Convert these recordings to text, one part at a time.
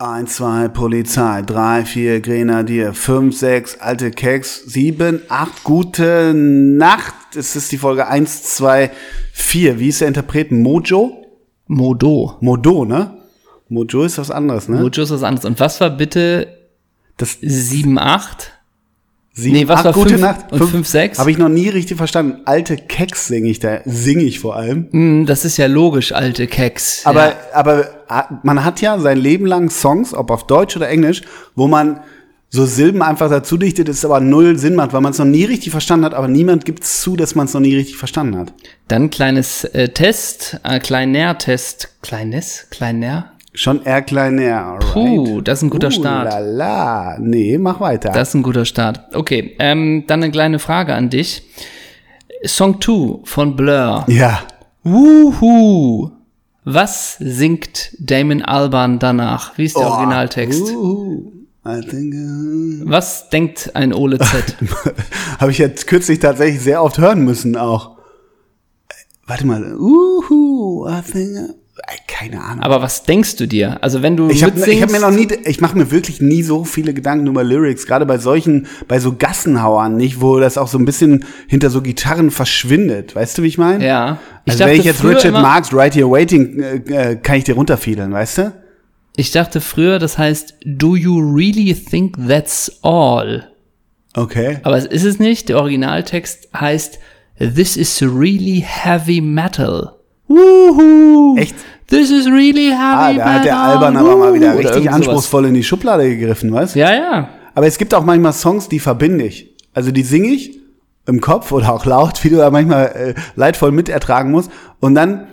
1, 2, Polizei, 3, 4, Grenadier, 5, 6, alte Keks, 7, 8, gute Nacht. Es ist die Folge 1, 2, 4. Wie ist der Interpret? Mojo? Modo. Modo, ne? Mojo ist was anderes, ne? Mojo ist was anderes. Und was war bitte Das 7, 8? sieben, Nee, was war gute fünf Nacht. und fünf, sechs? Habe ich noch nie richtig verstanden. Alte Keks singe ich da, singe ich vor allem. Hm, das ist ja logisch, alte Keks. Aber, ja. aber ah, man hat ja sein Leben lang Songs, ob auf Deutsch oder Englisch, wo man so Silben einfach dazu dichtet, es aber null Sinn macht, weil man es noch nie richtig verstanden hat, aber niemand gibt es zu, dass man es noch nie richtig verstanden hat. Dann kleines äh, Test, äh, Kleiner-Test. Kleines? Kleiner? Schon eher kleiner, alright. Puh, das ist ein guter Uh, Start. La la. Nee, mach weiter. Das ist ein guter Start. Okay, ähm, dann eine kleine Frage an dich. Song 2 von Blur. ja. Wuhu! Was singt Damon Alban danach? Wie ist der Oh, Originaltext? Uh, I think, Was denkt ein Ole Z? Habe ich jetzt kürzlich tatsächlich sehr oft hören müssen auch. Äh, Warte mal. Uhu, I think, äh, keine Ahnung. Aber was denkst du dir? Also wenn du Ich habe mitsingst- hab mir noch nie, ich mache mir wirklich nie so viele Gedanken über Lyrics, gerade bei solchen, bei so Gassenhauern nicht, wo das auch so ein bisschen hinter so Gitarren verschwindet. Weißt du, wie ich meine? ja. Also wenn ich jetzt früher Richard immer, Marx Right Here Waiting, äh, äh, kann ich dir runterfiedeln, weißt du? Ich dachte früher, das heißt Do you really think that's all? Okay. Aber es ist es nicht. Der Originaltext heißt This is really heavy metal. Wuhu! Echt? This is really heavy Ah, metal. da hat der Alban aber mal wieder Oder richtig irgend sowas. anspruchsvoll in die Schublade gegriffen, weißt du? Ja, ja. Aber es gibt auch manchmal Songs, die verbinde ich. Also die singe ich im Kopf oder auch laut, wie du da manchmal äh, leidvoll mitertragen musst. Und dann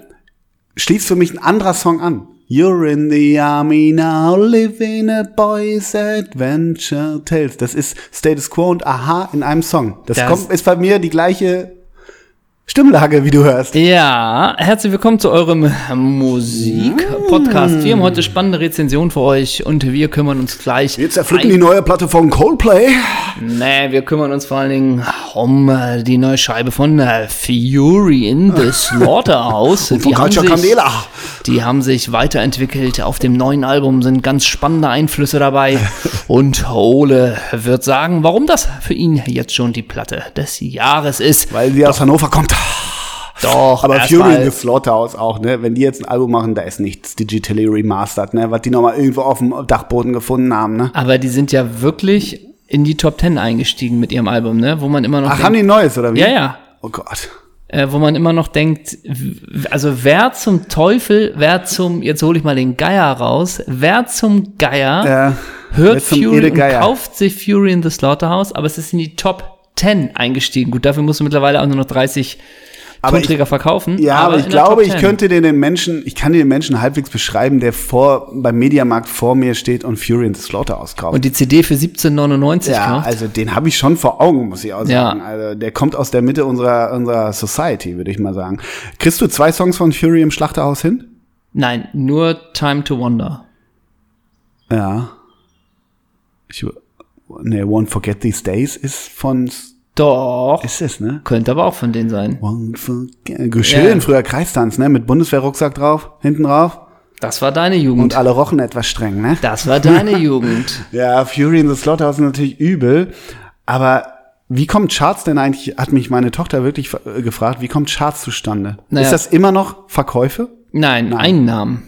schließt für mich ein anderer Song an. You're in the army now, living a boy's adventure tales. Das ist Status Quo und Aha in einem Song. Das, Das- kommt, ist bei mir die gleiche Stimmlage, wie du hörst. Ja, herzlich willkommen zu eurem Musik-Podcast. Wir haben heute spannende Rezension für euch und wir kümmern uns gleich. Jetzt erpflücken die neue Platte von Coldplay. Nee, wir kümmern uns vor allen Dingen um äh, die neue Scheibe von äh, Fury in the Slaughterhouse. Und von Die haben Calcio sich- Candela. Die haben sich weiterentwickelt. Auf dem neuen Album sind ganz spannende Einflüsse dabei. Und Ole wird sagen, warum das für ihn jetzt schon die Platte des Jahres ist. Weil sie aus Hannover kommt. Doch, Aber erst Fury mal- in the Slaughterhouse auch, ne? Wenn die jetzt ein Album machen, da ist nichts digitally remastered, ne? Was die nochmal irgendwo auf dem Dachboden gefunden haben, ne? Aber die sind ja wirklich in die Top Ten eingestiegen mit ihrem Album, ne? Wo man immer noch Ach, haben denkt, die ein neues, oder wie? ja, ja. Oh Gott. Äh, wo man immer noch denkt, w- also wer zum Teufel, wer zum, jetzt hole ich mal den Geier raus, wer zum Geier Ja. hört wer zum Fury und Edegeier? kauft sich Fury in the Slaughterhouse, aber es ist in die Top 10 eingestiegen. Gut, dafür musst du mittlerweile auch nur noch 30 Aber Tonträger verkaufen. Ja, aber, ich in der glaube, Top ich 10. könnte dir den Menschen, ich kann dir den Menschen halbwegs beschreiben, der vor, beim Mediamarkt vor mir steht und Fury in the Slaughterhouse kauft. Und die CD für 17,99 ja, kauft. also den habe ich schon vor Augen, muss ich auch Ja. sagen. Also der kommt aus der Mitte unserer, unserer Society, würde ich mal sagen. Kriegst du zwei Songs von Fury im Schlachterhaus hin? Nein, nur Time to Wonder. Ja. Ich, über- nee, Won't Forget These Days ist von, Doch. ist es, ne? Könnte aber auch von denen sein. Won't Forget. Schön, Ja. früher Kreistanz, ne? Mit Bundeswehrrucksack drauf, hinten drauf. Das war deine Jugend. Und alle rochen etwas streng, ne? das war deine Jugend. Ja, Fury in the Slaughterhouse ist natürlich übel, aber wie kommt Charts denn eigentlich, hat mich meine Tochter wirklich äh, gefragt, wie kommt Charts zustande? Naja. Ist das immer noch Verkäufe? Nein, Einnahmen.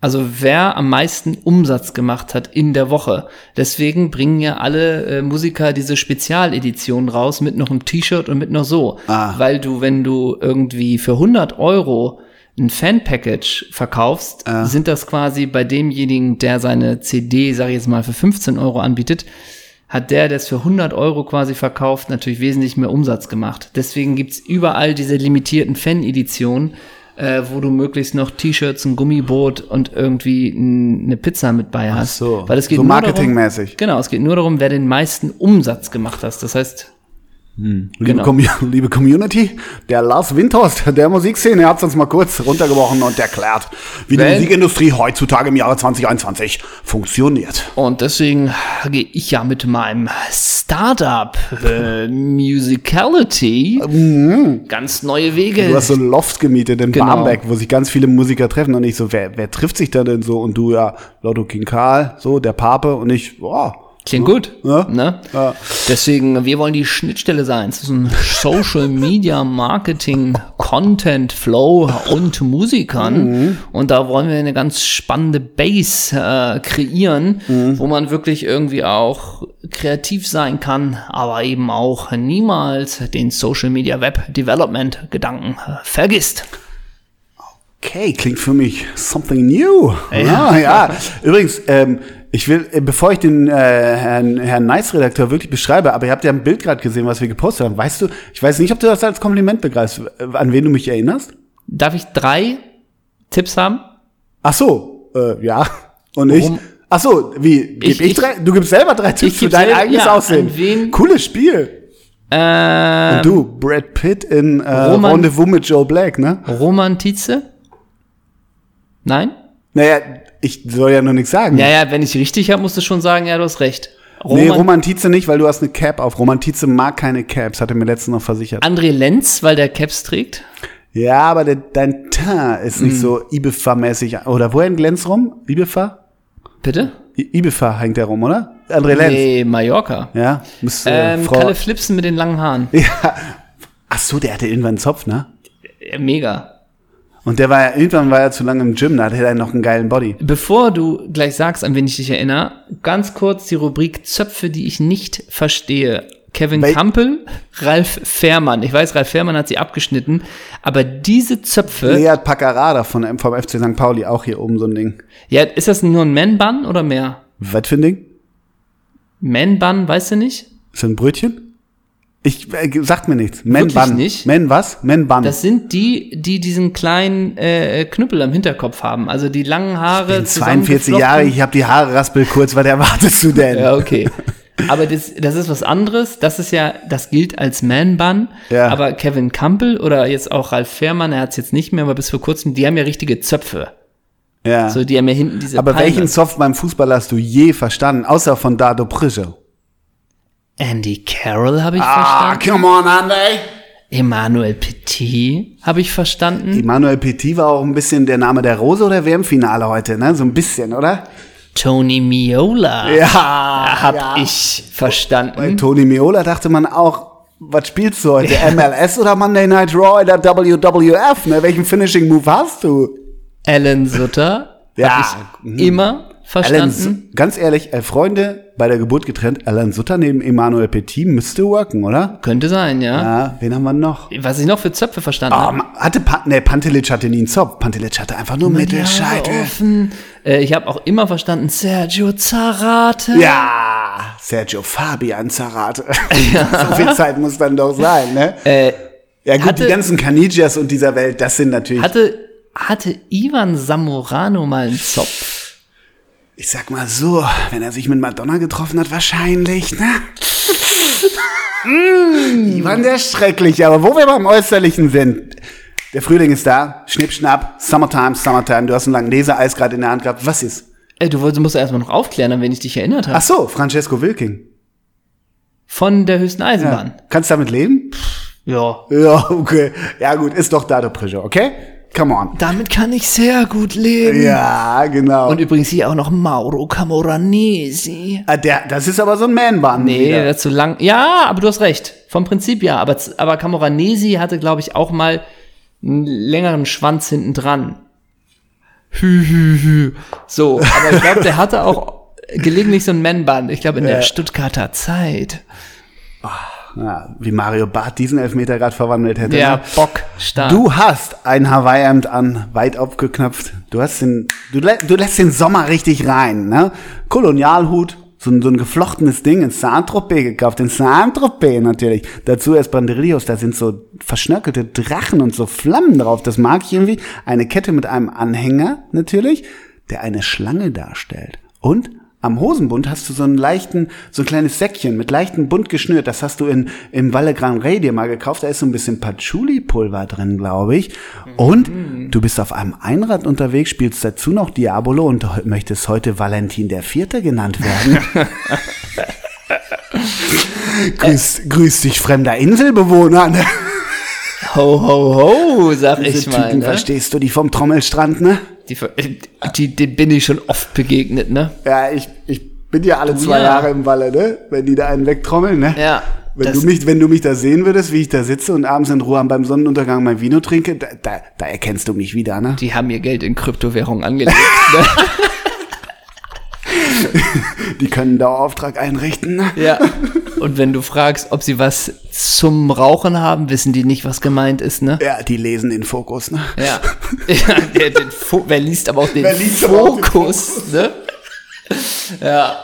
Also wer am meisten Umsatz gemacht hat in der Woche. Deswegen bringen ja alle äh, Musiker diese Spezialedition raus mit noch einem T-Shirt und mit noch so. Weil du, wenn du irgendwie für 100 Euro ein Fan-Package verkaufst, sind das quasi bei demjenigen, der seine CD, sag ich jetzt mal, für 15 Euro anbietet, hat der, der es für 100 Euro quasi verkauft, natürlich wesentlich mehr Umsatz gemacht. Deswegen gibt's überall diese limitierten Fan-Editionen, äh, wo du möglichst noch T-Shirts, ein Gummiboot und irgendwie n- eine Pizza mit bei hast. so. Weil es geht So nur marketingmäßig. Darum, genau, es geht nur darum, wer den meisten Umsatz gemacht hat. Das heißt, Liebe, Genau. Com liebe Community, der Lars Windhorst der Musikszene hat es uns mal kurz runtergebrochen und erklärt, wie die Wenn- Musikindustrie heutzutage im Jahre 2021 funktioniert. Und deswegen gehe ich ja mit meinem Startup äh, Musicality ganz neue Wege. Mhm. Du hast so ein Loft gemietet in Genau. Barmbek, wo sich ganz viele Musiker treffen und ich so, wer, wer trifft sich da denn so? Und du ja, Lotto King Karl, so der Pape und ich, boah. Klingt gut. Ja. Ne? Ja. Deswegen, wir wollen die Schnittstelle sein zwischen Social Media, Marketing, Content, Flow und Musikern. Mhm. Und da wollen wir eine ganz spannende Base äh, kreieren, Mhm. wo man wirklich irgendwie auch kreativ sein kann, aber eben auch niemals den Social Media Web Development Gedanken äh, vergisst. Okay, klingt für mich something new. Ja. Ja, ja. Übrigens, ähm, ich will, äh, bevor ich den äh, Herrn, Herrn Nice-Redakteur wirklich beschreibe, aber ihr habt ja ein Bild gerade gesehen, was wir gepostet haben. Weißt du, ich weiß nicht, ob du das als Kompliment begreifst, äh, an wen du mich erinnerst. Darf ich drei Tipps haben? Ach so, äh, ja. Und ich. Warum? Ach so, wie? Geb ich, Ich- ich- drei? Du gibst selber drei Tipps für geb dein selber- eigenes ja, Aussehen. an wen- Cooles Spiel. Äh, Und du, Brad Pitt in äh, Roman- Rendezvous mit Joe Black, ne? Roman Tietze? Nein? Naja, ich soll ja noch nichts sagen. Ja, ja, wenn ich richtig habe, musst du schon sagen, ja, du hast recht. Roman, Nee, Roman Tietze nicht, weil du hast eine Cap auf. Roman Tietze mag keine Caps, hat er mir letztens noch versichert. André Lenz, weil der Caps trägt. Ja, aber der, dein Teint ist Mhm. nicht so Ibiza-mäßig. Oder wo hängt Lenz rum? Ibiza? Bitte? I- Ibiza hängt der rum, oder? André Lenz. Nee, Mallorca. Ja, müsste ähm, Frau. Kalle Flipsen mit den langen Haaren. Ach so, der hatte irgendwann einen Zopf, ne? Äh, Mega. Und der war ja, irgendwann war er zu lange im Gym, da hatte er noch einen geilen Body. Bevor du gleich sagst, an wen ich dich erinnere, ganz kurz die Rubrik Zöpfe, die ich nicht verstehe. Kevin Wel- Kampel, Ralf Fährmann. Ich weiß, Ralf Fährmann hat sie abgeschnitten, aber diese Zöpfe, Lea Paccarada von, vom FC St. Pauli, auch hier oben so ein Ding. ja, ist das nur ein Man-Bun oder mehr? Was für ein Ding? Man-Bun, weißt du nicht? Ist das ein Brötchen? Ich, äh, sagt mir nichts. Men Wirklich Bun. nicht? Men was? Men Bun. Das sind die, die diesen kleinen äh, Knüppel am Hinterkopf haben. Also die langen Haare. bin 42 zusammengeflochten. Jahre, ich habe die Haare raspel kurz, was erwartest du denn? Ja, okay. Aber das, das ist was anderes. Das ist ja, das gilt als Man-Bun. Ja. Aber Kevin Campbell oder jetzt auch Ralf Fährmann, er hat es jetzt nicht mehr, aber bis vor kurzem, die haben ja richtige Zöpfe. Ja. So, die haben ja hinten diese Aber Palme. welchen Soft beim Fußball hast du je verstanden, außer von Dado Prische? Andy Carroll habe ich verstanden. Ah, come on, Andy! Emmanuel Petit habe ich verstanden. Emmanuel Petit war auch ein bisschen der Name der Rose oder WM-Finale heute, ne? So ein bisschen, oder? Tony Miola Ja, Oh habe ich verstanden. Bei Toni Meola dachte man auch, was spielst du heute? MLS oder Monday Night Raw oder WWF? Ne? Welchen Finishing Move hast du? Alan Sutter Ja. hab ich immer Hm. Alan, verstanden. Su- ganz ehrlich, äh, Freunde bei der Geburt getrennt, Alan Sutter neben Emmanuel Petit müsste worken, oder? Könnte sein, ja. Ja, wen haben wir noch? Was ich noch für Zöpfe verstanden Oh, habe. ma- hatte Pan nee, Pantelic hatte nie einen Zopf. Pantelic hatte einfach nur Mittelscheitel. Offen. Äh, ich habe auch immer verstanden, Sergio Zarate. Ja, Sergio Fabian Zarate. so viel Zeit muss dann doch sein, ne? ja gut, Äh, hatte- die ganzen Canisias und dieser Welt, das sind natürlich, Hatte, hatte Ivan Samorano mal einen Zopf? ich sag mal so, wenn er sich mit Madonna getroffen hat, wahrscheinlich, ne? Mm, die waren sehr schrecklich, aber wo wir beim Äußerlichen sind. Der Frühling ist da, schnipp, schnapp, Summertime, Summertime. Du hast einen langen Leseeis gerade in der Hand gehabt. Was ist? Äh, du wolltest- musst erstmal noch aufklären, an wen ich dich erinnert habe. Ach so, Francesco Wilking. Von der höchsten Eisenbahn. Kannst du damit leben? Ja. Ja, okay. Ja, gut, ist doch Dado Pressure, okay? Come on. Damit kann ich sehr gut leben. Ja, genau. Und übrigens hier auch noch Mauro Camoranesi. ah, der, das ist aber so ein Man-Bun. Nee, wieder. das ist zu lang. Ja, aber du hast recht. Vom Prinzip ja. Aber, z- aber Camoranesi hatte, glaube ich, auch mal einen längeren Schwanz hinten dran. Hü, hü, hü. So, aber ich glaube, der hatte auch gelegentlich so ein Männband. Ich glaube, in der Stuttgarter Zeit. Ja, Ah, wie Mario Barth diesen Elfmeter gerade verwandelt hätte. Der ne? Bock stark. Du hast ein Hawaii-Hemd an, weit aufgeknöpft. Du hast den, du, lä du lässt den Sommer richtig rein, ne? Kolonialhut, so ein, so ein geflochtenes Ding in Saint-Tropez gekauft, in Saint-Tropez natürlich. Dazu Espanderillos, da sind so verschnörkelte Drachen und so Flammen drauf, das mag ich irgendwie. Eine Kette mit einem Anhänger natürlich, der eine Schlange darstellt. Und Am Hosenbund hast du so einen leichten, so ein kleines Säckchen mit leichten bunt geschnürt. Das hast du in, im Valle Gran Rey dir mal gekauft. Da ist so ein bisschen Patchouli-Pulver drin, glaube ich. Und du bist auf einem Einrad unterwegs, spielst dazu noch Diabolo und he- möchtest heute Valentin der Vierte genannt werden. grüß, grüß dich, fremder Inselbewohner. Ne? Ho, ho, ho, sag ich Diese mal. Typen, Ne? verstehst du, die vom Trommelstrand, ne? Die, ver- die, die bin ich schon oft begegnet, ne? Ja, ich, ich bin ja alle zwei ja. Jahre im Walle, ne? Wenn die da einen wegtrommeln, ne? Ja, Wenn das- du, mich, wenn du mich da sehen würdest, wie ich da sitze und abends in Ruhe beim Sonnenuntergang mein Vino trinke, da, da, da erkennst du mich wieder, ne? Die haben ihr Geld in Kryptowährungen angelegt. Die können einen Dauerauftrag einrichten, ne? ne? Ja. Und wenn du fragst, ob sie was zum Rauchen haben, wissen die nicht, was gemeint ist, ne? Ja, die lesen den Fokus, ne? Ja. ja der, den Fo wer liest aber auch den Wer liest aber auch den Fokus, ne? Ja.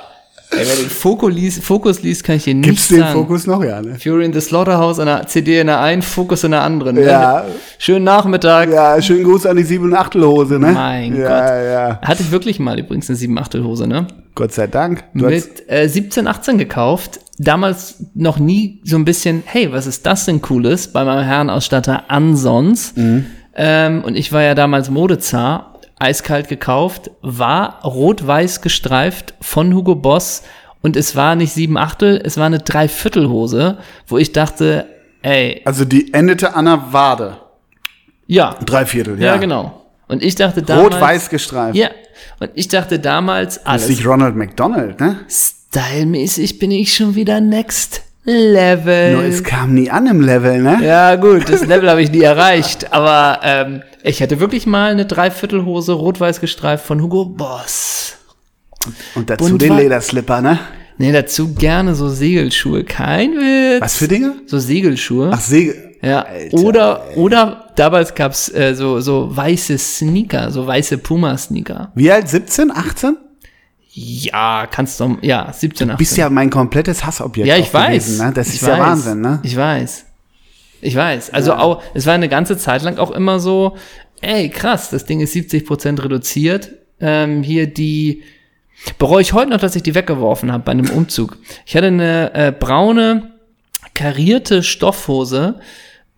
Ey, wer den Fokus liest, Fokus liest, kann ich dir nicht Gibt's sagen. den Fokus noch, ja, ne? Fury in the Slaughterhouse an der CD in der einen, Fokus in der anderen. ne? Ja. Schönen Nachmittag. Ja, schönen Gruß an die Sieben- und Achtelhose, ne? Mein ja, Gott. Ja, ja. Hatte ich wirklich mal übrigens eine 7 Hose, ne? Gott sei Dank. Du hast, Mit äh, 17, 18 gekauft. Damals noch nie so ein bisschen, hey, was ist das denn Cooles bei meinem Herrenausstatter Ansons. Mhm. Ähm, und ich war ja damals Modezar, eiskalt gekauft, war rot-weiß gestreift von Hugo Boss und es war nicht 7 Achtel, es war eine Dreiviertelhose, wo ich dachte, ey, also die endete an der Wade. ja, Drei Viertel, ja. ja, genau. Und ich dachte damals. Rot-weiß gestreift. Ja. Und ich dachte damals, Das alles. ist nicht Ronald McDonald, ne? Stylmäßig bin ich schon wieder next level. Nur es kam nie an im Level, ne? ja, gut, das Level habe ich nie erreicht. Aber ähm, ich hatte wirklich mal eine Dreiviertelhose rot-weiß gestreift von Hugo Boss. Und dazu Bunt den war- Lederslipper, ne? Nee, dazu gerne so Segelschuhe. Kein Witz. Was für Dinge? So Segelschuhe. Ach, Segel. Ja, Alter, oder, oder damals gab's äh, so, so weiße Sneaker, so weiße Puma-Sneaker. Wie alt? 17, 18? Ja, kannst du, ja, 17, 18. Bist ja mein komplettes Hassobjekt. Ja, ich auch weiß. gewesen, ne? Das ich ist ja weiß. Wahnsinn, ne? Ich weiß. Ich weiß. Also auch, es war eine ganze Zeit lang auch immer so, ey, krass, das Ding ist 70% reduziert. Ähm, hier die bereue ich heute noch, dass ich die weggeworfen habe bei einem Umzug. Ich hatte eine äh, braune, karierte Stoffhose.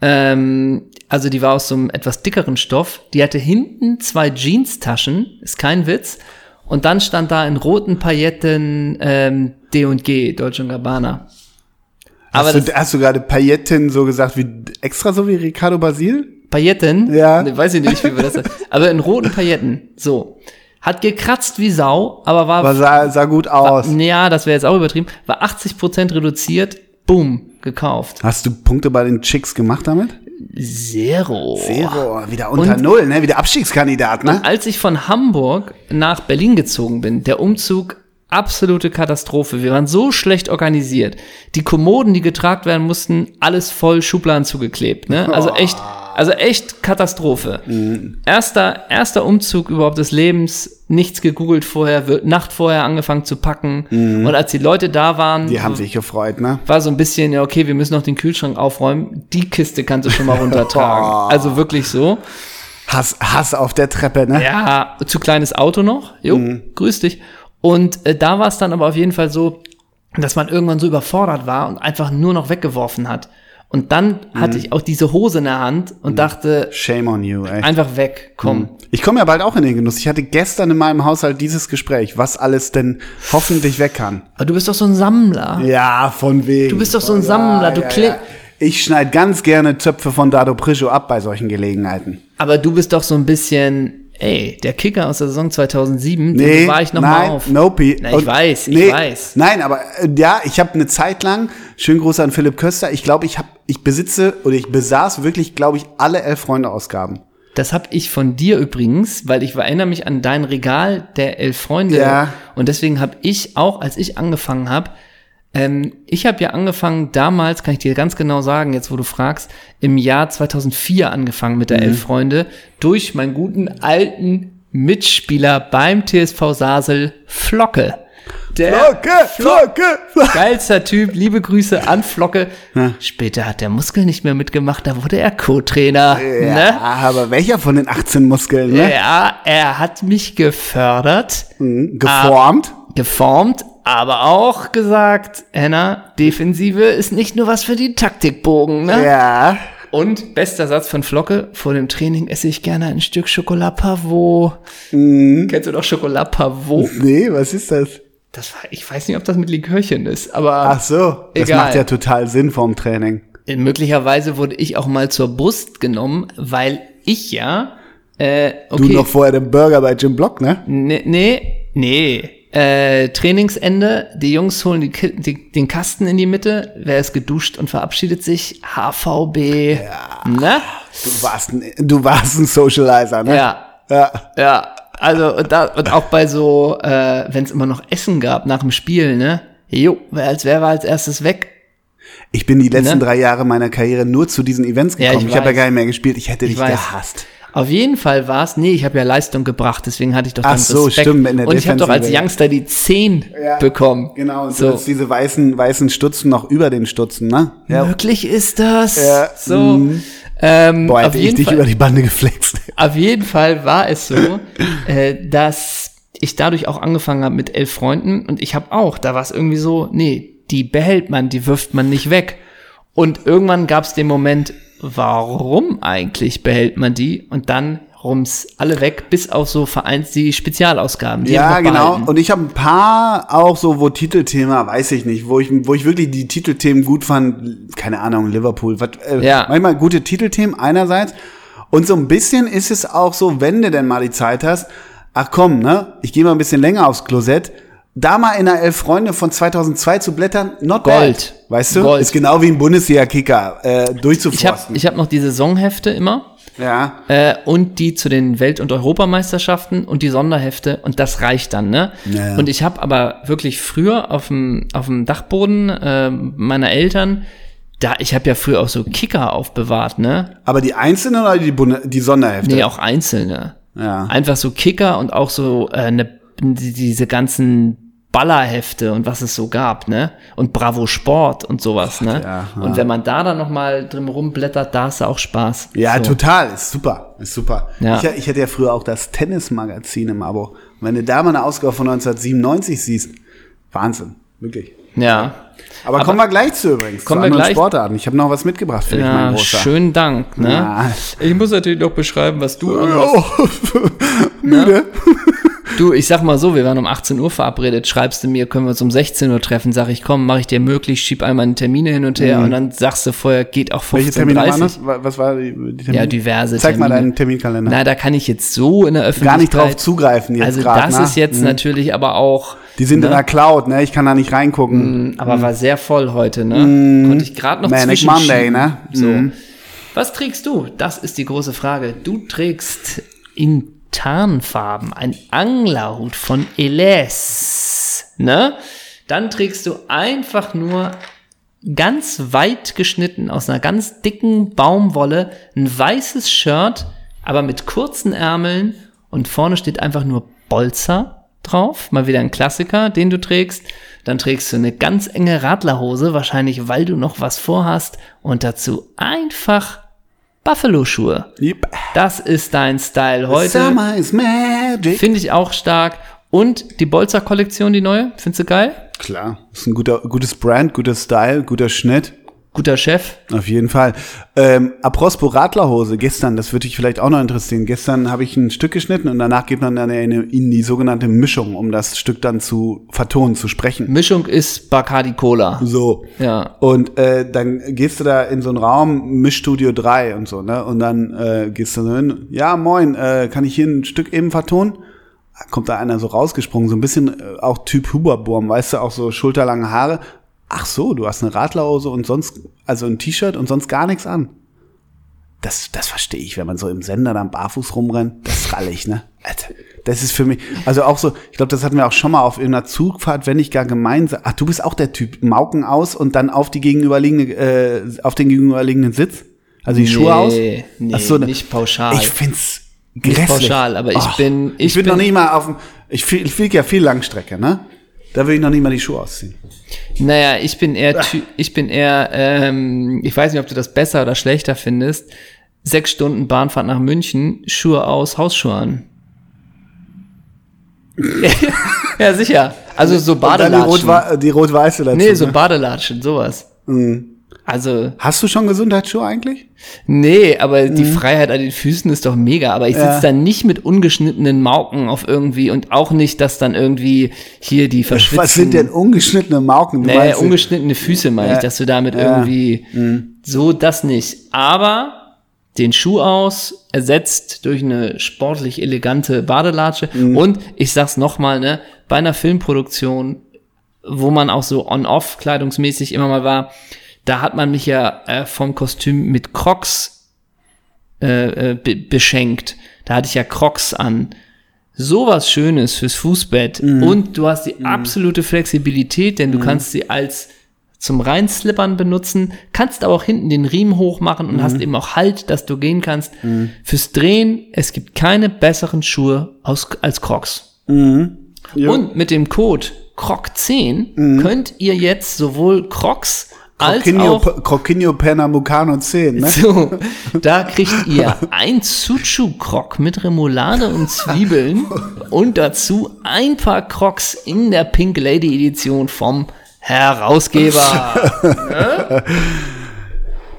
Ähm, also die war aus so einem etwas dickeren Stoff. Die hatte hinten zwei Jeanstaschen, ist kein Witz. Und dann stand da in roten Pailletten ähm, D&G, Deutsche und Gabbana. Also Aber hast, das, du, hast du gerade Pailletten so gesagt, wie extra so wie Ricardo Basil? Pailletten? Ja. Ne, Weiß ich nicht, wie wir das Aber in roten Pailletten. So. Hat gekratzt wie Sau, aber war Aber sah, sah gut aus. Naja, das wäre jetzt auch übertrieben. War 80% reduziert. Boom. Gekauft. Hast du Punkte bei den Chicks gemacht damit? Zero. Zero, wieder unter Null, ne? Wieder Abstiegskandidat, ne? Als ich von Hamburg nach Berlin gezogen bin, der Umzug absolute Katastrophe. Wir waren so schlecht organisiert. Die Kommoden, die getragen werden mussten, alles voll Schubladen zugeklebt. Ne? Also echt, also echt Katastrophe. Erster, erster Umzug überhaupt des Lebens. Nichts gegoogelt vorher, wird Nacht vorher angefangen zu packen. Und als die Leute da waren, Die haben sich gefreut, ne? war so ein bisschen, ja, okay, wir müssen noch den Kühlschrank aufräumen. Die Kiste kannst du schon mal runtertragen. Also wirklich so. Hass, Hass auf der Treppe, ne? Ja, zu kleines Auto noch. Jo, grüß dich. Und äh, da war es dann aber auf jeden Fall so, dass man irgendwann so überfordert war und einfach nur noch weggeworfen hat. Und dann hatte ich auch diese Hose in der Hand und dachte, Shame on you, ey. einfach weg, komm. Ich komme ja bald auch in den Genuss. Ich hatte gestern in meinem Haushalt dieses Gespräch, was alles denn hoffentlich weg kann. Aber du bist doch so ein Sammler. Ja, von wegen. Du bist doch so ein Ja, Sammler, du ja, klick- ja. Ich schneide ganz gerne Zöpfe von Dado Prisho ab bei solchen Gelegenheiten. Aber du bist doch so ein bisschen, ey, der Kicker aus der Saison 2007, den war ich noch nein, mal auf. Nope. Na, ich weiß, ich weiß. Nein, aber äh, ja, ich habe eine Zeit lang, schönen Gruß an Philipp Köster, ich glaube, ich habe, ich besitze oder ich besaß wirklich, glaube ich, alle elf Freunde-Ausgaben. Das habe ich von dir übrigens, weil ich erinnere mich an dein Regal der Elf Freunde. Ja. Und deswegen habe ich auch, als ich angefangen habe, ähm, ich habe ja angefangen damals, kann ich dir ganz genau sagen, jetzt wo du fragst, im Jahr 2004 angefangen Mhm. mit der Elf Freunde durch meinen guten alten Mitspieler beim TSV Sasel, Flocke. Der Flocke, Flocke, Flocke. Geilster Typ, liebe Grüße an Flocke. Später hat der Muskel nicht mehr mitgemacht, da wurde er Co-Trainer. Ja, Ne? aber welcher von den 18 Muskeln, ne? Ja, er hat mich gefördert, Hm, Geformt. geformt, aber auch gesagt, Henna, Defensive ist nicht nur was für die Taktikbogen, ne? Ja. Und bester Satz von Flocke, vor dem Training esse ich gerne ein Stück Schokolade Pavot. Mhm. Kennst du doch Schokolade Pavot? Nee, was ist das? Das war, ich weiß nicht, ob das mit Likörchen ist, aber Ach so. Das Egal. macht ja total Sinn vorm Training. möglicherweise wurde ich auch mal zur Brust genommen, weil ich ja, äh, Du okay, noch vorher den Burger bei Jim Block, ne? Nee, nee, nee. Äh, Trainingsende, die Jungs holen die, Ki- die, den Kasten in die Mitte, wer ist geduscht und verabschiedet sich? HVB. Ja. Ne? Du warst ein, du warst ein Socializer, ne? Ja, Ja. ja. Also und, da, und auch bei so, äh, wenn es immer noch Essen gab nach dem Spiel, ne? Jo, wer als wer war als erstes weg? Ich bin die letzten Ne? drei Jahre meiner Karriere nur zu diesen Events Ja, gekommen. ich ich habe ja weiß. gar nicht mehr gespielt. Ich hätte dich weiß. gehasst. Auf jeden Fall war's. nee, ich habe ja Leistung gebracht, deswegen hatte ich doch Ach dann so, Respekt. stimmt, in der und ich habe doch als Defensive, ja. Youngster die 10 Ja, bekommen. Genau, und so. so. du hast diese weißen, weißen Stutzen noch über den Stutzen, ne? Möglich ist das. Ja, Mhm. So. Ähm, Boah, auf, hätte ich jeden dich Fall, über die Bande geflext. auf jeden Fall war es so, äh, dass ich dadurch auch angefangen habe mit elf Freunden und ich habe auch, da war es irgendwie so, nee, die behält man, die wirft man nicht weg. Und irgendwann gab es den Moment, warum eigentlich behält man die? Und dann rums alle weg, bis auf so Vereins die Spezialausgaben. Die Ja, hab ich noch genau. behalten. Und ich habe ein paar auch so, wo Titelthema, weiß ich nicht, wo ich, wo ich wirklich die Titelthemen gut fand. Keine Ahnung, Liverpool. Was, äh, Ja. Manchmal gute Titelthemen einerseits. Und so ein bisschen ist es auch so, wenn du denn mal die Zeit hast, ach komm, ne, ich gehe mal ein bisschen länger aufs Klosett. Da mal in der Elf Freunde von 2002 zu blättern, not Gold. Bad, weißt du? Gold. Ist genau wie ein Bundesliga-Kicker äh, ich habe durchzuforsten. ich hab noch die Saisonhefte immer. ja. äh, und die zu den Welt- und Europameisterschaften und die Sonderhefte und das reicht dann, ne? Ja. Und ich habe aber wirklich früher auf dem auf dem Dachboden äh, meiner Eltern, da ich habe ja früher auch so Kicker aufbewahrt, ne? Aber die einzelnen oder die, Bunde die Sonderhefte? Nee, auch einzelne. Ja. Einfach so Kicker und auch so äh, ne, die- diese ganzen Ballerhefte und was es so gab, ne? Und Bravo Sport und sowas, ne? ja, ja. Und wenn man da dann noch mal drin rumblättert, da ist auch Spaß. Ja, So. total. Ist super. Ist super. Ja. Ich, ich hatte ja früher auch das Tennismagazin im Abo. Und Wenn du da mal eine Ausgabe von 1997 siehst, Wahnsinn. Wirklich. Ja. Aber, kommen wir gleich zu übrigens. Kommen zu wir anderen gleich- Sportarten. Ich habe noch was mitgebracht für dich, mein Ja, Großer. schönen Dank. Ne? Ja. Ich muss natürlich noch beschreiben, was du anhast. Oh, müde. Du, ich sag mal so, wir waren um 18 Uhr verabredet, schreibst du mir, können wir uns um 16 Uhr treffen, sag ich, komm, mach ich dir möglich, schieb einmal einen Termine hin und her und dann sagst du vorher, geht auch 15.30 Mhm. Welche Termine waren das? Wa- Was war die, die Termine? Ja, diverse Zeig mal Termine. deinen Terminkalender. Na, da kann ich jetzt so in der Öffentlichkeit... Gar nicht drauf zugreifen jetzt Also grad, das ne? ist jetzt natürlich aber auch... die sind in der Cloud, ne? Ich kann da nicht reingucken. Aber war sehr voll heute, ne? Konnte ich gerade Hm, noch Mhm. Manic zwischenschieben. Monday, ne? So. Mhm. Was trägst du? Das ist die große Frage. Du trägst in Tarnfarben einen Anglerhut von Eles, ne? Dann trägst du einfach nur ganz weit geschnitten aus einer ganz dicken Baumwolle ein weißes Shirt, aber mit kurzen Ärmeln und vorne steht einfach nur Bolzer drauf, mal wieder ein Klassiker, den du trägst. Dann trägst du eine ganz enge Radlerhose, wahrscheinlich weil du noch was vorhast und dazu einfach Buffalo-Schuhe. Yep. Das ist dein Style heute. Summer is magic. Finde ich auch stark. Und die Bolzer-Kollektion, die neue, findest du geil? Klar. Ist ein guter, gutes Brand, guter Style, guter Schnitt. Guter Chef. Auf jeden Fall. Ähm, apropos Radlerhose, gestern, das würde dich vielleicht auch noch interessieren. Gestern habe ich ein Stück geschnitten und danach geht man dann in, in die sogenannte Mischung, um das Stück dann zu vertonen, zu sprechen. Mischung ist Bacardi Cola. So. Ja. Und äh, dann gehst du da in so einen Raum, Mischstudio 3 und so, ne? Und dann äh, gehst du so hin, ja, moin, äh, kann ich hier ein Stück eben vertonen? Kommt da einer so rausgesprungen, so ein bisschen äh, auch Typ Huberburm, weißt du, auch so schulterlange Haare. Ach so, du hast eine Radlerhose und sonst, also ein T-Shirt und sonst gar nichts an. Das, das verstehe ich, wenn man so im Sender dann barfuß rumrennt. Das ralle ich, ne? Alter, das ist für mich, also auch so, ich glaube, das hatten wir auch schon mal auf irgendeiner Zugfahrt, wenn nicht gar gemeinsam. Ach, du bist auch der Typ, Mauken aus und dann auf die gegenüberliegende, äh, auf den gegenüberliegenden Sitz? Also die Schuhe aus? Nee, Ach so, ne- nicht pauschal. Ich find's grässlich. pauschal, aber ich bin- ich, ich bin, noch bin- nicht mal auf dem, ich fliege flieg ja viel Langstrecke, ne? Da will ich noch nicht mal die Schuhe ausziehen. Naja, ich bin eher, Ty- ich bin eher, ähm, ich weiß nicht, ob du das besser oder schlechter findest. Sechs Stunden Bahnfahrt nach München, Schuhe aus, Hausschuhe an. ja, sicher. Also so Und dann die, Badelatschen. Rot die rot-weiße dazu. nee, so ne? Badelatschen, sowas. Also, Hast du schon Gesundheitsschuhe eigentlich? nee, aber die Freiheit an den Füßen ist doch mega. Aber ich sitze da nicht mit ungeschnittenen Mauken auf irgendwie und auch nicht, dass dann irgendwie hier die verschwitzten... Was sind denn ungeschnittene Mauken? Du Nee, meinst- ungeschnittene Füße meine ich, dass du damit irgendwie Mhm. so das nicht. Aber den Schuh aus ersetzt durch eine sportlich elegante Badelatsche Mhm. und ich sag's nochmal, ne, bei einer Filmproduktion, wo man auch so on-off kleidungsmäßig immer mal war, da hat man mich ja äh, vom Kostüm mit Crocs äh, äh, be beschenkt. Da hatte ich ja Crocs an sowas Schönes fürs Fußbett Mhm. und du hast die absolute Flexibilität, denn du kannst sie als zum Reinslippern benutzen, kannst aber auch hinten den Riemen hochmachen Mhm. und hast eben auch Halt, dass du gehen kannst. Fürs Drehen, es gibt keine besseren Schuhe aus, als Crocs. Mhm. Ja. Mhm. Und mit dem Code CROC10 könnt ihr jetzt sowohl Crocs als Croquinho, auch Croquinho Pernambucano 10, ne? so, da kriegt ihr ein Suchu-Krog mit Remoulade und Zwiebeln und dazu ein paar Krogs in der Pink Lady Edition vom Herausgeber.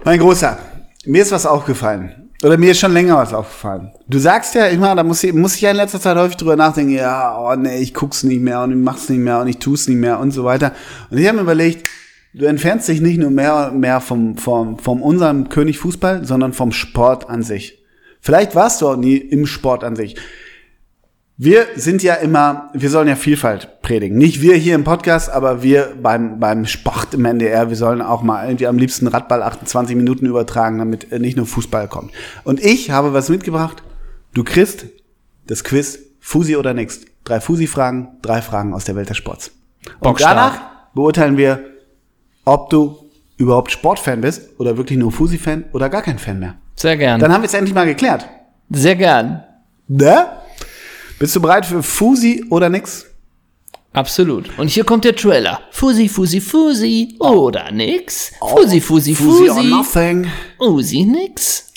Mein Großer, mir ist was aufgefallen. Oder mir ist schon länger was aufgefallen. Du sagst ja immer, da muss ich, muss ich ja in letzter Zeit häufig drüber nachdenken, ja, oh nee, ich guck's nicht mehr und ich mach's nicht mehr und ich tu's nicht mehr und so weiter. Und ich habe mir überlegt, du entfernst dich nicht nur mehr und mehr vom, vom, vom unserem König Fußball, sondern vom Sport an sich. Vielleicht warst du auch nie im Sport an sich. Wir sind ja immer, wir sollen ja Vielfalt predigen. Nicht wir hier im Podcast, aber wir beim, beim Sport im NDR, wir sollen auch mal irgendwie am liebsten Radball 28 Minuten übertragen, damit äh, nicht nur Fußball kommt. Und ich habe was mitgebracht. Du kriegst das Quiz Fusi oder nix. Drei Fusi-Fragen, drei Fragen aus der Welt des Sports. Und Bockstark. danach beurteilen wir, ob du überhaupt Sportfan bist oder wirklich nur Fusi-Fan oder gar kein Fan mehr. Sehr gern. Dann haben wir es endlich mal geklärt. Sehr gern. Ne? Bist du bereit für Fusi oder nix? Absolut. Und hier kommt der Trailer. Fusi, Fusi, Fusi. Oder nix. Fusi, Fusi, Oh, Fusi or Fusi. nothing. Fusi, nix.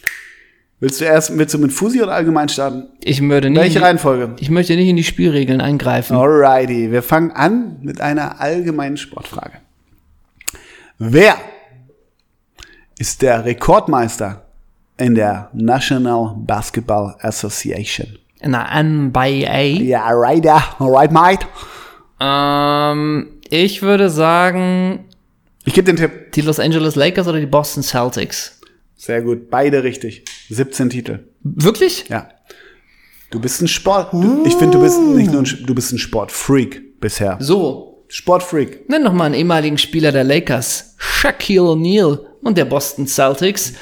Willst du erst willst du mit Fusi oder allgemein starten? Ich möchte nicht, Welche Oh. Reihenfolge? ich möchte nicht in die Spielregeln eingreifen. Alrighty, wir fangen an mit einer allgemeinen Sportfrage. Wer ist der Rekordmeister in der National Basketball Association? Na, NBA. Ja, right, ja, right, mate. Ähm, ich würde sagen, Ich gebe den Tipp. die Los Angeles Lakers oder die Boston Celtics. Sehr gut, beide richtig. 17 Titel. Wirklich? Ja. Du bist ein Sport. Du, ich finde, du bist nicht nur ein, Sch- du bist ein Sportfreak bisher. So, Sportfreak. nenn noch mal einen ehemaligen Spieler der Lakers. Shaquille O'Neal und der Boston Celtics.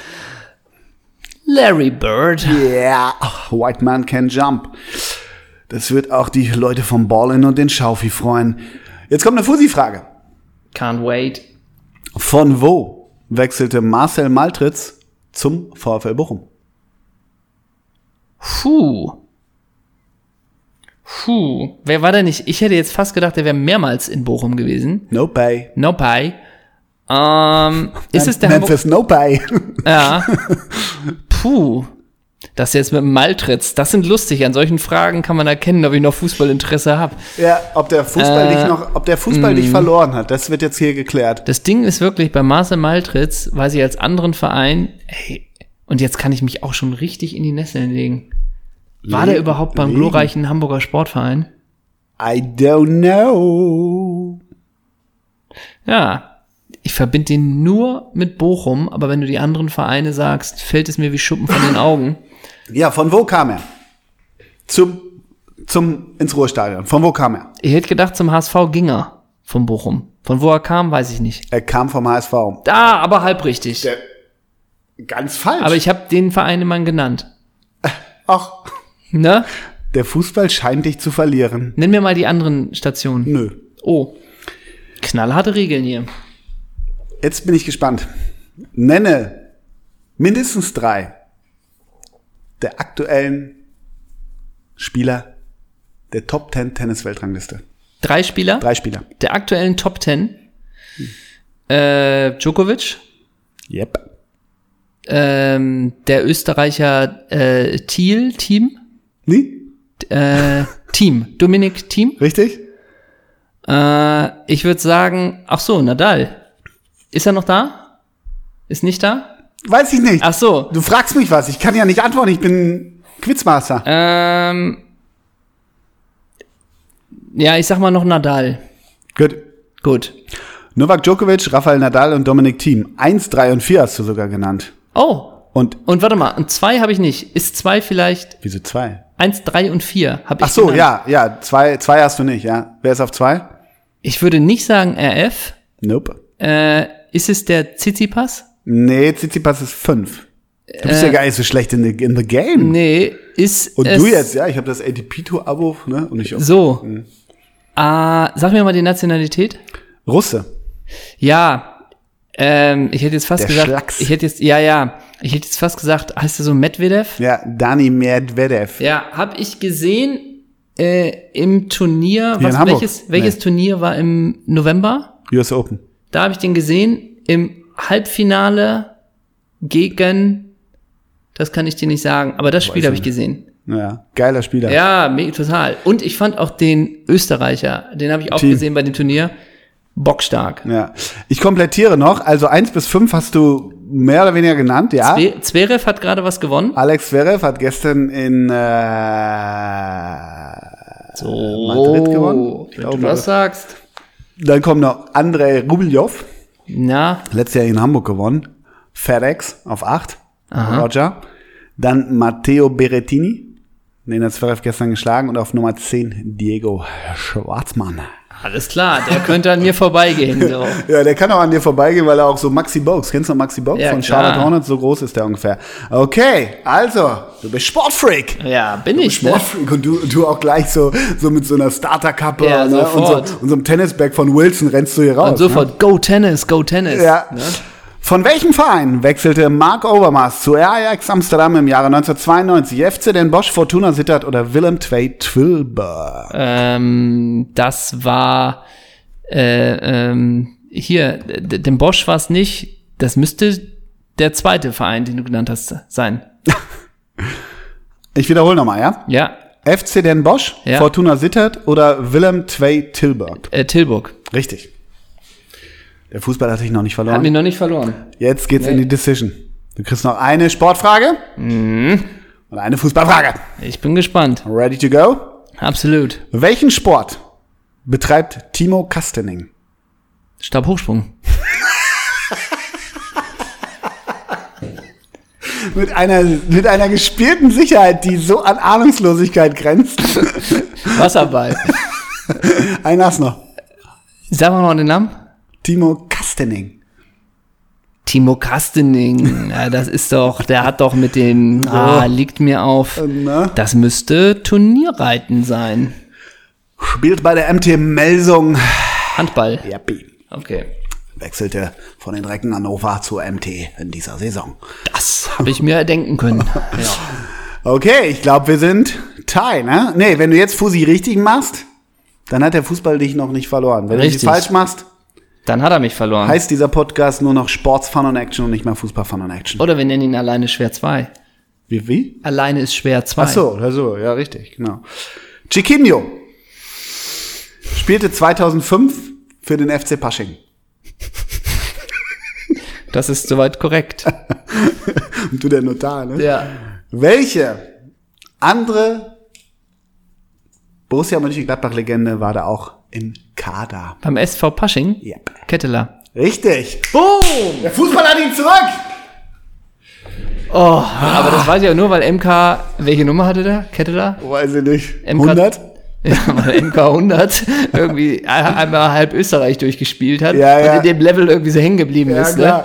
Larry Bird. Yeah, White Man Can Jump. Das wird auch die Leute vom Ballin und den Schaufi freuen. Jetzt kommt eine Fusi-Frage. Can't wait. Von wo wechselte Marcel Maltritz zum VfL Bochum? Puh. Puh. Wer war da nicht? Ich hätte jetzt fast gedacht, der wäre mehrmals in Bochum gewesen. No pay. No pie. Ähm, ist es der Hamburg- Memphis No pay. Ja. Puh. Das jetzt mit dem Maltritz, das sind lustig. An solchen Fragen kann man erkennen, ob ich noch Fußballinteresse habe. ja, ob der Fußball Äh, mm. dich noch, ob der Fußball dich verloren hat, das wird jetzt hier geklärt. Das Ding ist wirklich, bei Marcel Maltritz weiß ich als anderen Verein, hey, und jetzt kann ich mich auch schon richtig in die Nesseln legen. War Le- der überhaupt beim legen. glorreichen Hamburger Sportverein? I don't know. Ja. Ich verbinde den nur mit Bochum, aber wenn du die anderen Vereine sagst, fällt es mir wie Schuppen von den Augen. Ja, von wo kam er? Zum, zum, ins Ruhrstadion. Von wo kam er? Ich hätte gedacht, zum HSV ging er von Bochum. Von wo er kam, weiß ich nicht. Er kam vom HSV. Da, aber halb richtig. Der, ganz falsch. Aber ich habe den Verein immer genannt. Ach, Ne? der Fußball scheint dich zu verlieren. Nenn mir mal die anderen Stationen. Nö. Oh. Knallharte Regeln hier. Jetzt bin ich gespannt. Nenne mindestens drei der aktuellen Spieler der Top 10 Tennis-Weltrangliste. Drei Spieler Drei Spieler. der aktuellen Top Ten. Äh, Djokovic, Yep. ähm, der Österreicher äh, Thiel, Team, Nie? äh, Team, Dominik Team, Richtig? Äh, ich würde sagen, ach so, Nadal. Ist er noch da? Ist nicht da? Weiß ich nicht. Ach so. Du fragst mich was, ich kann ja nicht antworten, ich bin Quizmaster. Ähm, ja, ich sag mal noch Nadal. Gut. Gut. Novak Djokovic, Rafael Nadal und Dominic Thiem. Eins, drei und vier hast du sogar genannt. Oh, Und und warte mal, und zwei habe ich nicht. Ist zwei vielleicht wieso zwei? eins, drei und vier? Hab ich Ach so, genannt. ja, ja, zwei, zwei hast du nicht, ja. Wer ist auf zwei? Ich würde nicht sagen RF. Nope. Äh, ist es der Tsitsipas? Nee, Tsitsipas ist fünf. Du bist ja gar nicht so schlecht in the, in the game. Äh, Nee, ist Und es du jetzt, ja, ich habe das ATP-Tour-Abo, ne? Und ich auch. so. Ah, sag mir mal die Nationalität. Russe. Ja, ähm, ich hätte jetzt fast Der gesagt, Schlacks. ich hätte jetzt, ja, ja, ich hätte jetzt fast gesagt, heißt er so Medvedev? Ja, Dani Medvedev. Ja, habe ich gesehen äh, im Turnier, in was, Hamburg? welches, welches Nee. Turnier war im November? US Open. Da habe ich den gesehen im Halbfinale gegen, das kann ich dir nicht sagen, aber das Spiel habe ich gesehen. Ja, geiler Spieler. Ja, me- total. Und ich fand auch den Österreicher, den habe ich auch Team. gesehen bei dem Turnier, bockstark. Ja. Ich komplettiere noch, also eins bis fünf hast du mehr oder weniger genannt, ja. Zwe- Zverev hat gerade was gewonnen. Alex Zverev hat gestern in äh, So, Oh. Madrid gewonnen? Ich Oh, wenn glaube, du das sagst. Dann kommt noch Andrei Rublev, Na, letztes Jahr in Hamburg gewonnen. FedEx auf acht Roger. Dann Matteo Berrettini, den hat Zverev gestern geschlagen. Und auf Nummer 10 Diego Schwarzmann. alles klar, der könnte an mir vorbeigehen. So. Ja, der kann auch an dir vorbeigehen, weil er auch so Maxi Box, kennst du noch Maxi Box Ja, von klar. Charlotte Hornets? So groß ist der ungefähr. Okay, also, du bist Sportfreak. Ja, bin ich. Ne? Sportfreak und du, du auch gleich so, so mit so einer Starterkappe Ja, ne? und, so, sofort. und so einem Tennisbag von Wilson rennst du hier raus. Und sofort, go Tennis, go Tennis. Ne? Ja. Ne? Von welchem Verein wechselte Mark Overmars zu Ajax Amsterdam im Jahre 1992? FC Den Bosch, Fortuna Sittard oder Willem II Twilber? Ähm, das war äh, ähm, hier, d- dem Bosch war es nicht. Das müsste der zweite Verein, den du genannt hast, sein. Ich wiederhole nochmal, ja? Ja, FC Den Bosch, Ja. Fortuna Sittard oder Willem II Tilburg? äh, Tilburg. Richtig. Der Fußball hatte ich noch nicht Haben wir verloren. noch nicht verloren. Jetzt geht's in die Decision. Du kriegst noch eine Sportfrage Mhm. und eine Fußballfrage. Ich bin gespannt. Ready to go? Absolut. Welchen Sport betreibt Timo Kastening? Stabhochsprung. Mit einer, mit einer gespielten Sicherheit, die so an Ahnungslosigkeit grenzt. Wasserball. Ein hast noch. Sag mal noch den Namen. Timo Kastening. Timo Kastening. Ja, das ist doch, der hat doch mit dem, ah, liegt mir auf. Na? Das müsste Turnierreiten sein. Spielt bei der MT Melsung. Handball. Yappi. Okay. Wechselte von den Recken Hannover zur MT in dieser Saison. Das habe ich mir erdenken können. Ja. Okay, ich glaube, wir sind tie, ne? Nee, wenn du jetzt Fusi richtig machst, dann hat der Fußball dich noch nicht verloren. Wenn du Richtig. sie falsch machst, Dann hat er mich verloren. heißt dieser Podcast nur noch Sports Fun und Action und nicht mehr Fußball Fun und Action. Oder wir nennen ihn alleine schwer 2. Wie, wie? Alleine ist schwer 2. Ach so, ach so, ja, richtig, genau. Chiquinho spielte 2005 für den FC Pasching. Das ist soweit korrekt. Und du der Notar, ne? ja. Welche andere Borussia Mönchengladbach-Legende war da auch im Kader? Beim SV Pasching? Yep. Ketteler. Richtig. Boom! Der Fußball hat ihn zurück! Oh, aber das weiß ich ja nur, weil MK, welche Nummer hatte der? Ketteler? Weiß ich nicht. MK 100? Ja, weil MK 100 irgendwie ein- einmal halb Österreich durchgespielt hat Ja, ja. und in dem Level irgendwie so hängen geblieben ist. Ne?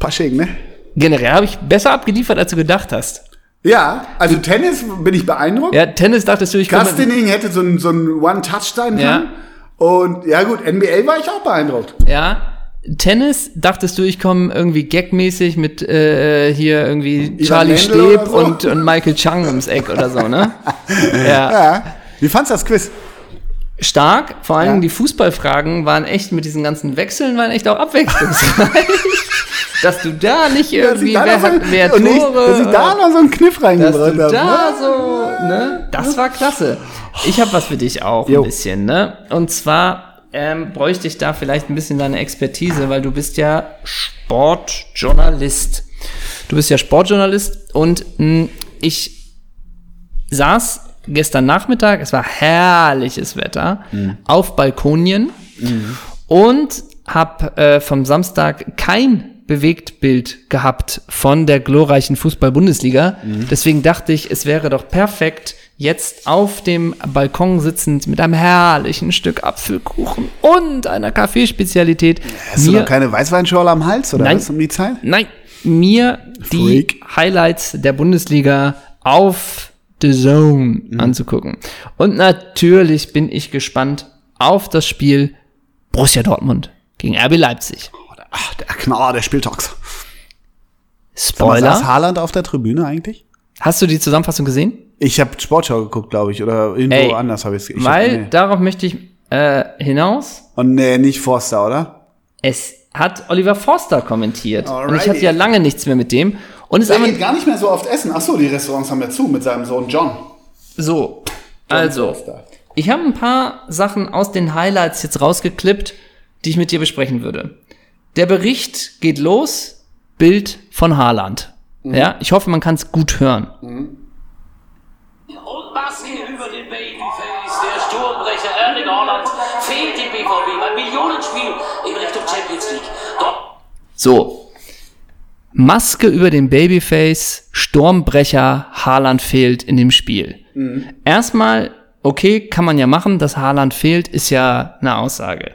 Pasching, ne? Generell habe ich besser abgeliefert, als du gedacht hast. Ja, also Tennis bin ich beeindruckt. Ja, Tennis dachtest du, ich komme... Kastening hätte so einen so einen One-Touch sein Ja. können. Und ja gut, NBA war ich auch beeindruckt. Ja, Tennis dachtest du, ich komme irgendwie gagmäßig mit äh, hier irgendwie Charlie Mendel Steb oder so. und, und Michael Chang ums Eck oder so, ne? ja. Ja. Wie fandst du das Quiz? Stark, vor allen Ja. Dingen die Fußballfragen waren echt mit diesen ganzen Wechseln, waren echt auch abwechslungsreich. Dass du da nicht Dass ich irgendwie, da wer noch so, hat wer und Tore, äh, nicht, dass ich da oder- noch so einen Kniff ne? Dass du reingebracht habe. da ne? so, ne? Das war klasse. Ich habe was für dich auch Jo. ein bisschen, ne? Und zwar ähm, bräuchte ich da vielleicht ein bisschen deine Expertise, weil du bist ja Sportjournalist. Du bist ja Sportjournalist und mh, ich saß gestern Nachmittag, es war herrliches Wetter, auf Balkonien und habe äh, vom Samstag kein Bewegtbild gehabt von der glorreichen Fußball-Bundesliga. Mhm. Deswegen dachte ich, es wäre doch perfekt, jetzt auf dem Balkon sitzend mit einem herrlichen Stück Apfelkuchen und einer Kaffeespezialität Hast du noch keine Weißweinschorle am Hals oder Nein. was um die Zeit? Nein, mir die Freak. Highlights der Bundesliga auf The Zone Mhm. anzugucken. Und natürlich bin ich gespannt auf das Spiel Borussia Dortmund gegen RB Leipzig. Ach, der Knauer, der Spieltalks. Was saß Spoiler. Haaland auf der Tribüne eigentlich? Hast du die Zusammenfassung gesehen? Ich habe Sportschau geguckt, glaube ich, oder irgendwo Ey, Oh, anders habe ich es. Weil Nee. darauf möchte ich äh, hinaus. Und nee, nicht Forster, oder? Es hat Oliver Forster kommentiert. Und ich Alrighty. hatte ja lange nichts mehr mit dem. Und es ist aber gar nicht mehr so oft essen. Ach so, die Restaurants haben ja zu mit seinem Sohn John. so. Also, Ich habe ein paar Sachen aus den Highlights jetzt rausgeklippt, die ich mit dir besprechen würde. Der Bericht geht los, Bild von Haaland. Mhm. Ja, ich hoffe, man kann es gut hören. Und was geht über den Babyface? Der Sturmbrecher Erling Haaland fehlt dem BVB beim Millionenspiel in Richtung Champions League. Dort So. Maske über dem Babyface, Sturmbrecher, Haaland fehlt in dem Spiel. Erstmal, okay, kann man ja machen, dass Haaland fehlt, ist ja eine Aussage.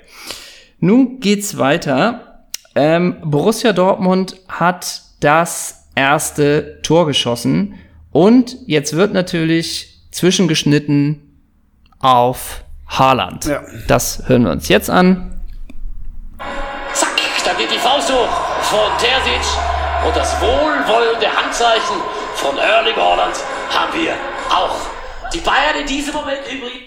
Nun geht's weiter. Ähm, Borussia Dortmund hat das erste Tor geschossen und jetzt wird natürlich zwischengeschnitten auf Haaland. Ja. Das hören wir uns jetzt an. Zack, da geht die Faust hoch von Terzic und das wohlwollende Handzeichen von Erling Haaland haben wir auch. Die Bayern in diesem Moment übrigens.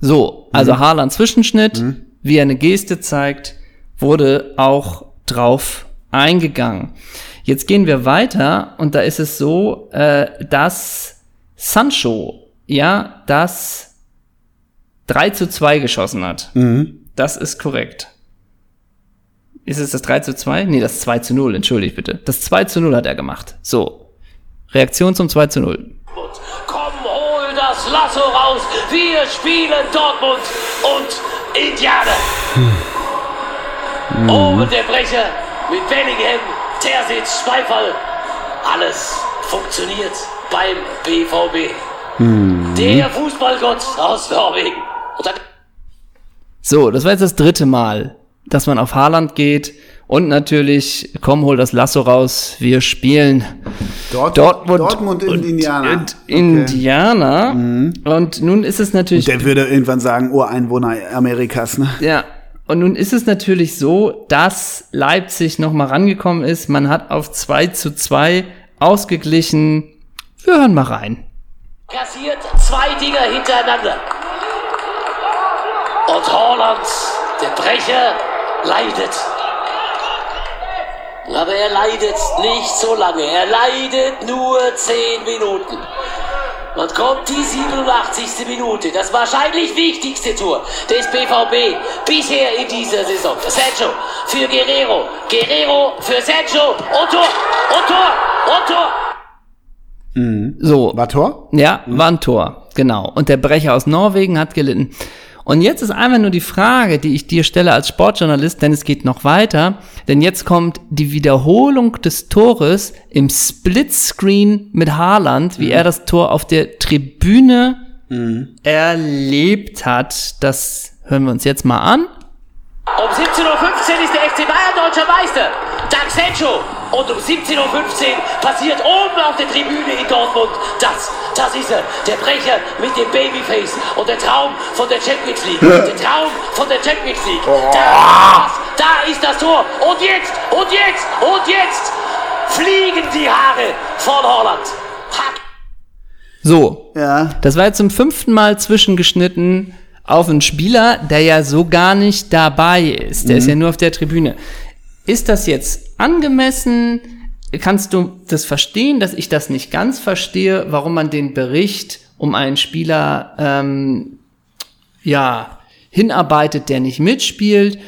So, also Haaland Zwischenschnitt, wie er eine Geste zeigt, wurde auch drauf eingegangen. Jetzt gehen wir weiter und da ist es so, äh, dass Sancho ja das 3 zu 2 geschossen hat. Das ist korrekt. Ist es das 3 zu 2? Nee, das 2 zu 0, entschuldigt bitte. Das 2 zu 0 hat er gemacht. So. Reaktion zum 2 zu 0. Dortmund. Komm, hol das Lasso raus. Wir spielen Dortmund und Indianer. Oben der Brecher mit Bellingham, Terzic, Beifall. Alles funktioniert beim BVB. Der Fußballgott aus Norwegen. Und dann So, das war jetzt das dritte Mal, dass man auf Haaland geht. Und natürlich, komm, hol das Lasso raus, wir spielen Dort, Dortmund, Dortmund in und, Indiana. Mhm. Und Indianer. Und nun ist es natürlich, der würde irgendwann sagen, Ureinwohner Amerikas, ne? ja, und nun ist es natürlich so, dass Leipzig nochmal rangekommen ist. Man hat auf 2 zu 2 ausgeglichen. Wir hören mal rein. kassiert zwei Dinger hintereinander. Und Holland, der Brecher, leidet. Aber er leidet nicht so lange. Er leidet nur 10 Minuten. Und kommt die 87. Minute, das wahrscheinlich wichtigste Tor des BVB bisher in dieser Saison. Sancho für Guerrero, Guerrero für Sancho und Tor, und Tor, und Tor. So. War Tor? Ja, war ein Tor, genau. Und der Brecher aus Norwegen hat gelitten. Und jetzt ist einfach nur die Frage, die ich dir stelle als Sportjournalist, denn es geht noch weiter, denn jetzt kommt die Wiederholung des Tores im Splitscreen mit Haaland, wie er das Tor auf der Tribüne erlebt hat. Das hören wir uns jetzt mal an. Um 17.15 Uhr ist der FC Bayern deutscher Meister. Dank Sancho. Und um 17.15 Uhr passiert oben auf der Tribüne in Dortmund das. Das ist er. Der Brecher mit dem Babyface. Und der Traum von der Champions League. Der Traum von der Champions League. Da, da ist das Tor. Und jetzt, und jetzt, und jetzt fliegen die Haare von Holland. Hack. So, Ja. Das war jetzt zum fünften Mal zwischengeschnitten auf einen Spieler, der ja so gar nicht dabei ist. Der ist ja nur auf der Tribüne. Ist das jetzt angemessen? Kannst du das verstehen, dass ich das nicht ganz verstehe, warum man den Bericht um einen Spieler ähm, ja, hinarbeitet, der nicht mitspielt?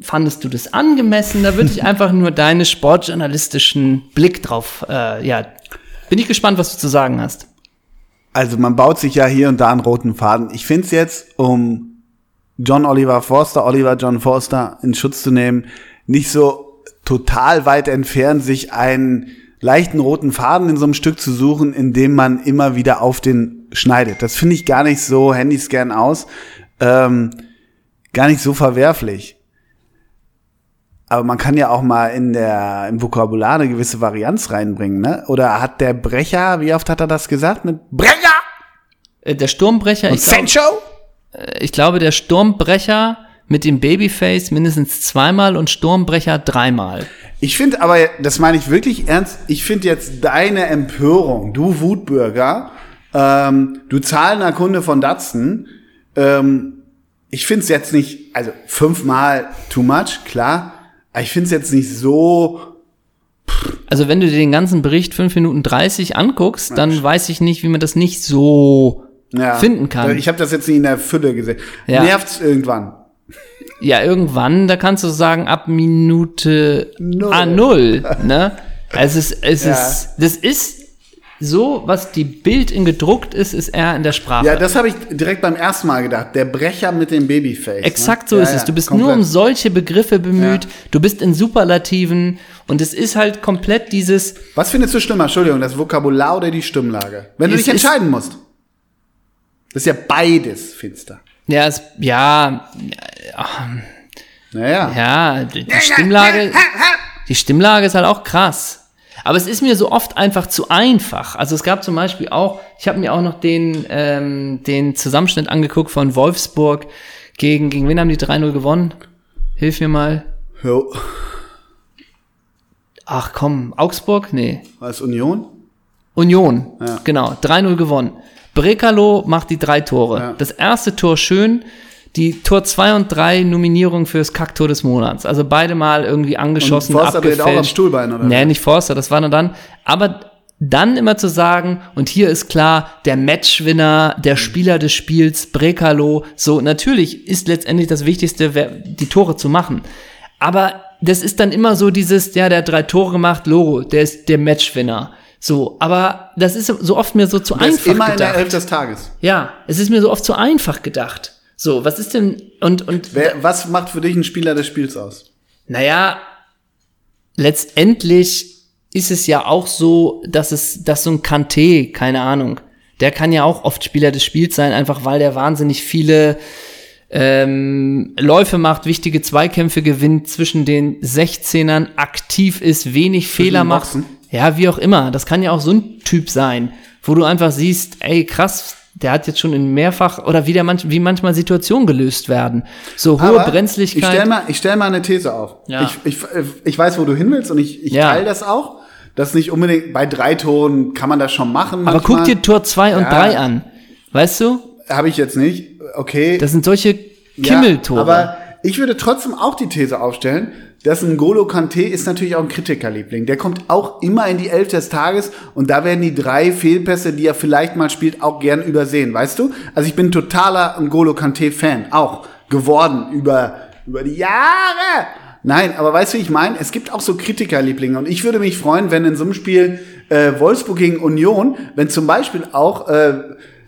Fandest du das angemessen? Da würde ich einfach nur deinen sportjournalistischen Blick drauf, äh, ja, bin ich gespannt, was du zu sagen hast. Also man baut sich ja hier und da einen roten Faden. Ich finde es jetzt, um John Oliver Forster, Oliver John Forster in Schutz zu nehmen, nicht so total weit entfernt, sich einen leichten roten Faden in so einem Stück zu suchen, indem man immer wieder auf den schneidet. Das finde ich gar nicht so Handyscan aus, ähm, gar nicht so verwerflich. Aber man kann ja auch mal in der, im Vokabular eine gewisse Varianz reinbringen, ne? Oder hat der Brecher, wie oft hat er das gesagt? Mit Brecher Äh, Der Sturmbrecher, und ich, glaub, Sancho? äh, ich glaube, der Sturmbrecher mit dem Babyface mindestens zweimal und Sturmbrecher dreimal. Ich finde aber, das meine ich wirklich ernst, ich finde jetzt deine Empörung, du Wutbürger, ähm, du zahlender Kunde von Datsen, ähm, ich finde es jetzt nicht, also fünfmal too much, klar, aber ich finde es jetzt nicht so, Also wenn du dir den ganzen Bericht 5 Minuten 30 anguckst, dann weiß ich nicht, wie man das nicht so ja, finden kann. Ich habe das jetzt nicht in der Fülle gesehen. Ja. Nervt's irgendwann. ja, irgendwann, da kannst du sagen, ab Minute Null. Ah, null ne? Es ist, es Ja. ist, das ist so, was die Bild in gedruckt ist, ist eher in der Sprache. Ja, das habe ich direkt beim ersten Mal gedacht. Der Brecher mit dem Babyface. Exakt ne? so Ja, ist es. ja, Du bist nur komplett. um solche Begriffe bemüht. Ja. Du bist in Superlativen und es ist halt komplett dieses. Was findest du schlimmer? Entschuldigung, das Vokabular oder die Stimmlage? Wenn du Es dich ist- entscheiden musst. Das ist ja beides finster. Ja, es, ja, Naja. ja, die die Stimmlage, die Stimmlage ist halt auch krass. Aber es ist mir so oft einfach zu einfach. Also es gab zum Beispiel auch, ich habe mir auch noch den, ähm, den Zusammenschnitt angeguckt von Wolfsburg gegen, gegen wen haben die 3-0 gewonnen? Hilf mir mal. Jo. Ach komm, Augsburg? Nee. Was Union? Union, genau, 3-0 gewonnen. Brekalo macht die drei Tore. Das erste Tor schön, die Tor 2 und 3 Nominierung fürs Kacktor des Monats. Also beide mal irgendwie angeschossen, Und Forster dreht auch am abgefälscht. Stuhlbein, oder? Nee, nicht Forster, das war nur dann. Aber dann immer zu sagen, und hier ist klar, der Matchwinner, der Spieler des Spiels, Brekalo, so, natürlich ist letztendlich das Wichtigste, wer- die Tore zu machen. Aber das ist dann immer so dieses, ja, der hat drei Tore gemacht, Logo, der ist der Matchwinner. So, aber das ist so oft mir so zu Der einfach ist immer in der gedacht. Elf des Tages. ja, es ist mir so oft zu einfach gedacht. So, was ist denn, und, und, Wer, was macht für dich ein Spieler des Spiels aus? naja, letztendlich ist es ja auch so, dass es, dass so ein Kanté, keine Ahnung, der kann ja auch oft Spieler des Spiels sein, einfach weil der wahnsinnig viele ähm, Läufe macht, wichtige Zweikämpfe gewinnt, zwischen den 16ern aktiv ist, wenig Fehler den macht. Boxen. Ja, wie auch immer. Das kann ja auch so ein Typ sein, wo du einfach siehst, ey, krass, der hat jetzt schon in mehrfach oder wie, der manch, wie manchmal Situationen gelöst werden. So hohe Aber Brenzlichkeit. Ich stell mal, ich stell mal eine These auf. Ja. Ich, ich, ich weiß, wo du hin willst und ich, ich Ja. teile das auch. Das nicht unbedingt, bei drei Toren kann man das schon machen. Aber guck dir manchmal. Tor 2 und Ja. 3 an. Weißt du? Habe ich jetzt nicht. Okay. Das sind solche Ja, Kimmeltore. aber ich würde trotzdem auch die These aufstellen, dass ein Golo Kanté ist natürlich auch ein Kritikerliebling. Der kommt auch immer in die Elf des Tages und da werden die drei Fehlpässe, die er vielleicht mal spielt, auch gern übersehen, weißt du? Also ich bin totaler Golo Kanté Fan, auch geworden über, über die Jahre. Nein, aber weißt du, wie ich meine, es gibt auch so Kritikerlieblinge und ich würde mich freuen, wenn in so einem Spiel äh, Wolfsburg gegen Union, wenn zum Beispiel auch äh,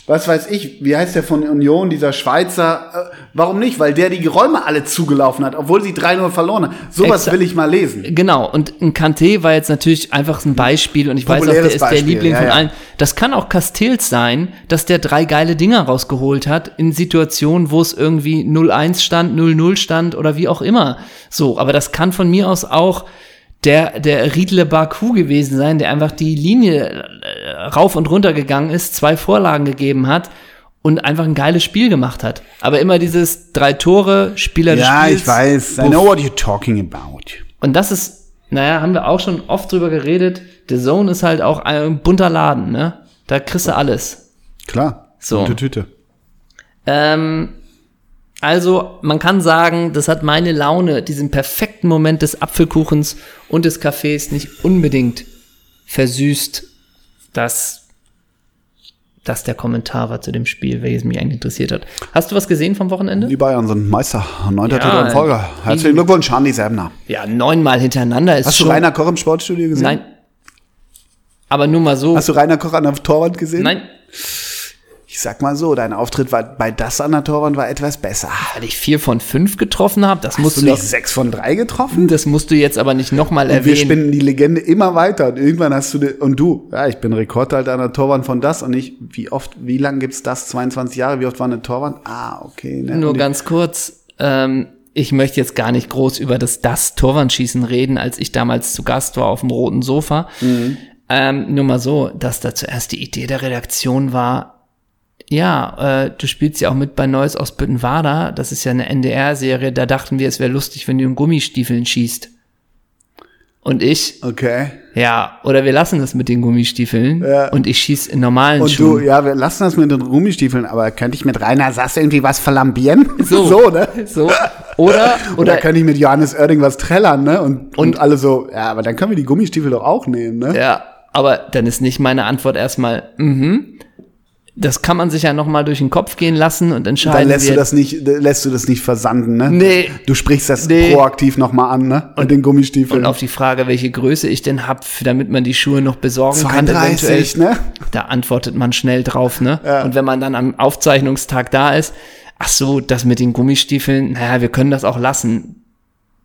was weiß ich, wie heißt der von Union, dieser Schweizer? Äh, warum nicht? Weil der die Räume alle zugelaufen hat, obwohl sie 3-0 verloren haben. Sowas Exa- will ich mal lesen. Genau, und ein Kanté war jetzt natürlich einfach ein Beispiel und ich weiß auch, der Populäres ist der Beispiel, Liebling ja, von ja. allen. Das kann auch Castells sein, dass der drei geile Dinger rausgeholt hat in Situationen, wo es irgendwie 0-1 stand, 0-0 stand oder wie auch immer. So, aber das kann von mir aus auch der, der Riedle Baku gewesen sein, der einfach die Linie äh, rauf und runter gegangen ist, zwei Vorlagen gegeben hat und einfach ein geiles Spiel gemacht hat. Aber immer dieses drei Tore, Spieler des Spiels. Buff. what you're talking about. Und das ist, naja, haben wir auch schon oft drüber geredet. The Zone ist halt auch ein bunter Laden, ne? Da kriegst du alles. Klar. So. Gute Tüte. Ähm, also, man kann sagen, das hat meine Laune, diesen perfekten Moment des Apfelkuchens und des Kaffees nicht unbedingt versüßt. Das Das der Kommentar war zu dem Spiel, welches mich eigentlich interessiert hat. Hast du was gesehen vom Wochenende? Die Bayern sind Meister. Neunter Ja, Titel in Folge. Herzlichen Glückwunsch, Andi Sebner. Ja, neunmal hintereinander ist Hast du schon. Rainer Koch im Sportstudio gesehen? Nein. Aber nur mal so. Hast du Rainer Koch an der Torwand gesehen? Nein, Ich sag mal so, dein Auftritt war bei das an der Torwand war etwas besser. weil ich vier von fünf getroffen habe. Das Hast musst du du, nicht doch, sechs von drei getroffen? das musst du jetzt aber nicht nochmal Und wir erwähnen. spinnen die Legende immer weiter und irgendwann hast du de- und du, ja, ich bin Rekordhalter an der Torwand von das und ich, wie oft, wie lang gibt's das? 22 Jahre, wie oft war eine Torwand? Ah, okay. Ne? Nur Und die- ganz kurz, ähm, ich möchte jetzt gar nicht groß über das das Torwandschießen reden, als ich damals zu Gast war auf dem roten Sofa. Mhm. Ähm, nur mal so, dass da zuerst die Idee der Redaktion war, ja, äh, du spielst ja auch mit bei Neues aus Büttenwada, das ist ja eine NDR-Serie, da dachten wir, es wäre lustig, wenn du in Gummistiefeln schießt. Und ich, Okay. ja, oder wir lassen das mit den Gummistiefeln Ja. und ich schieß in normalen Und Schuhen. du, ja, wir lassen das mit den Gummistiefeln, aber könnte ich mit Rainer Sass irgendwie was verlambieren? So. ne? So. Oder, Oder, oder, könnte ich mit Johannes Oerding was trällern, ne? Und, und, Und- alle so, ja, aber dann können wir die Gummistiefel doch auch nehmen, ne? Ja, aber dann ist nicht meine Antwort erstmal, mhm. Das kann man sich ja nochmal durch den Kopf gehen lassen und entscheiden. Dann lässt wir- du das nicht, äh, lässt du das nicht versanden, ne? Nee. Du sprichst das Nee. proaktiv nochmal an, ne? Mit den Gummistiefeln. und auf die Frage, welche Größe ich denn hab, damit man die Schuhe noch besorgen kann, 32, eventuell, ne? da antwortet man schnell drauf, ne? Und wenn man dann am Aufzeichnungstag da ist, ach so, das mit den Gummistiefeln, naja, wir können das auch lassen.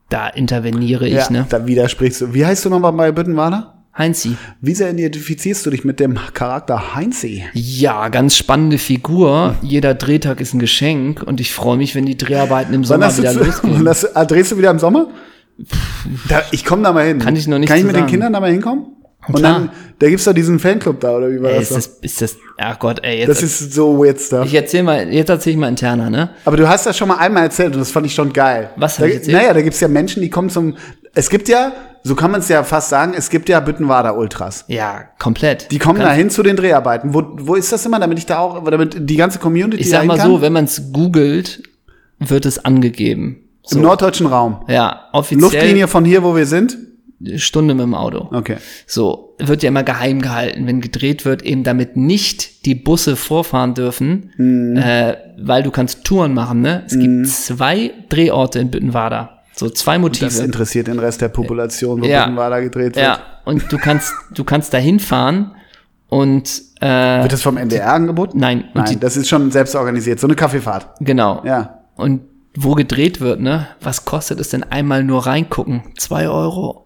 Da interveniere ich, ja, ne? da widersprichst du. Wie heißt du nochmal bei Büttenwader? Heinzi. Wie sehr identifizierst du dich mit dem Charakter Heinzi? Ja, ganz spannende Figur. Jeder Drehtag ist ein Geschenk und ich freue mich, wenn die Dreharbeiten im Wann Sommer hast du, wieder losgehen. wann hast, du- ah, drehst du wieder im Sommer? Da, ich komme da mal hin. Kann ich noch nicht Kann ich zu mit den sagen. Kindern da mal hinkommen? Und Klar. dann, da gibt's doch diesen Fanclub da, oder wie war Ey, das? ist doch? das, ist das, ach Gott, ey, jetzt, Das ist so weird stuff. ich erzähl mal, jetzt erzähl ich mal interner, ne? Aber du hast das schon mal einmal erzählt und das fand ich schon geil. Was hab da, ich erzählt? Naja, da gibt's ja Menschen, die kommen zum. Es gibt ja, so kann man es ja fast sagen, es gibt ja Büttenwader Ultras. Ja, komplett. Die kommen Ganz- da hin zu den Dreharbeiten. Wo, wo ist das immer, damit ich da auch, damit die ganze Community Ich sag dahin mal kann? so, wenn man es googelt, wird es angegeben. Im norddeutschen Raum. Ja, offiziell Luftlinie von hier, wo wir sind. Stunde mit dem Auto. Okay. So, wird ja immer geheim gehalten, wenn gedreht wird, eben damit nicht die Busse vorfahren dürfen, Mhm. äh, weil du kannst Touren machen, ne? Es gibt zwei Drehorte in Büttenwader. So zwei Motive. Das interessiert den Rest der Population, wo Ja. Büttenwader gedreht wird. ja, und du kannst, du kannst da hinfahren und äh, Wird das vom NDR angeboten? Nein. Und Nein, die- das ist schon selbst organisiert. So eine Kaffeefahrt. Genau. Ja. Und wo gedreht wird, ne? Was kostet es denn einmal nur reingucken? Zwei Euro.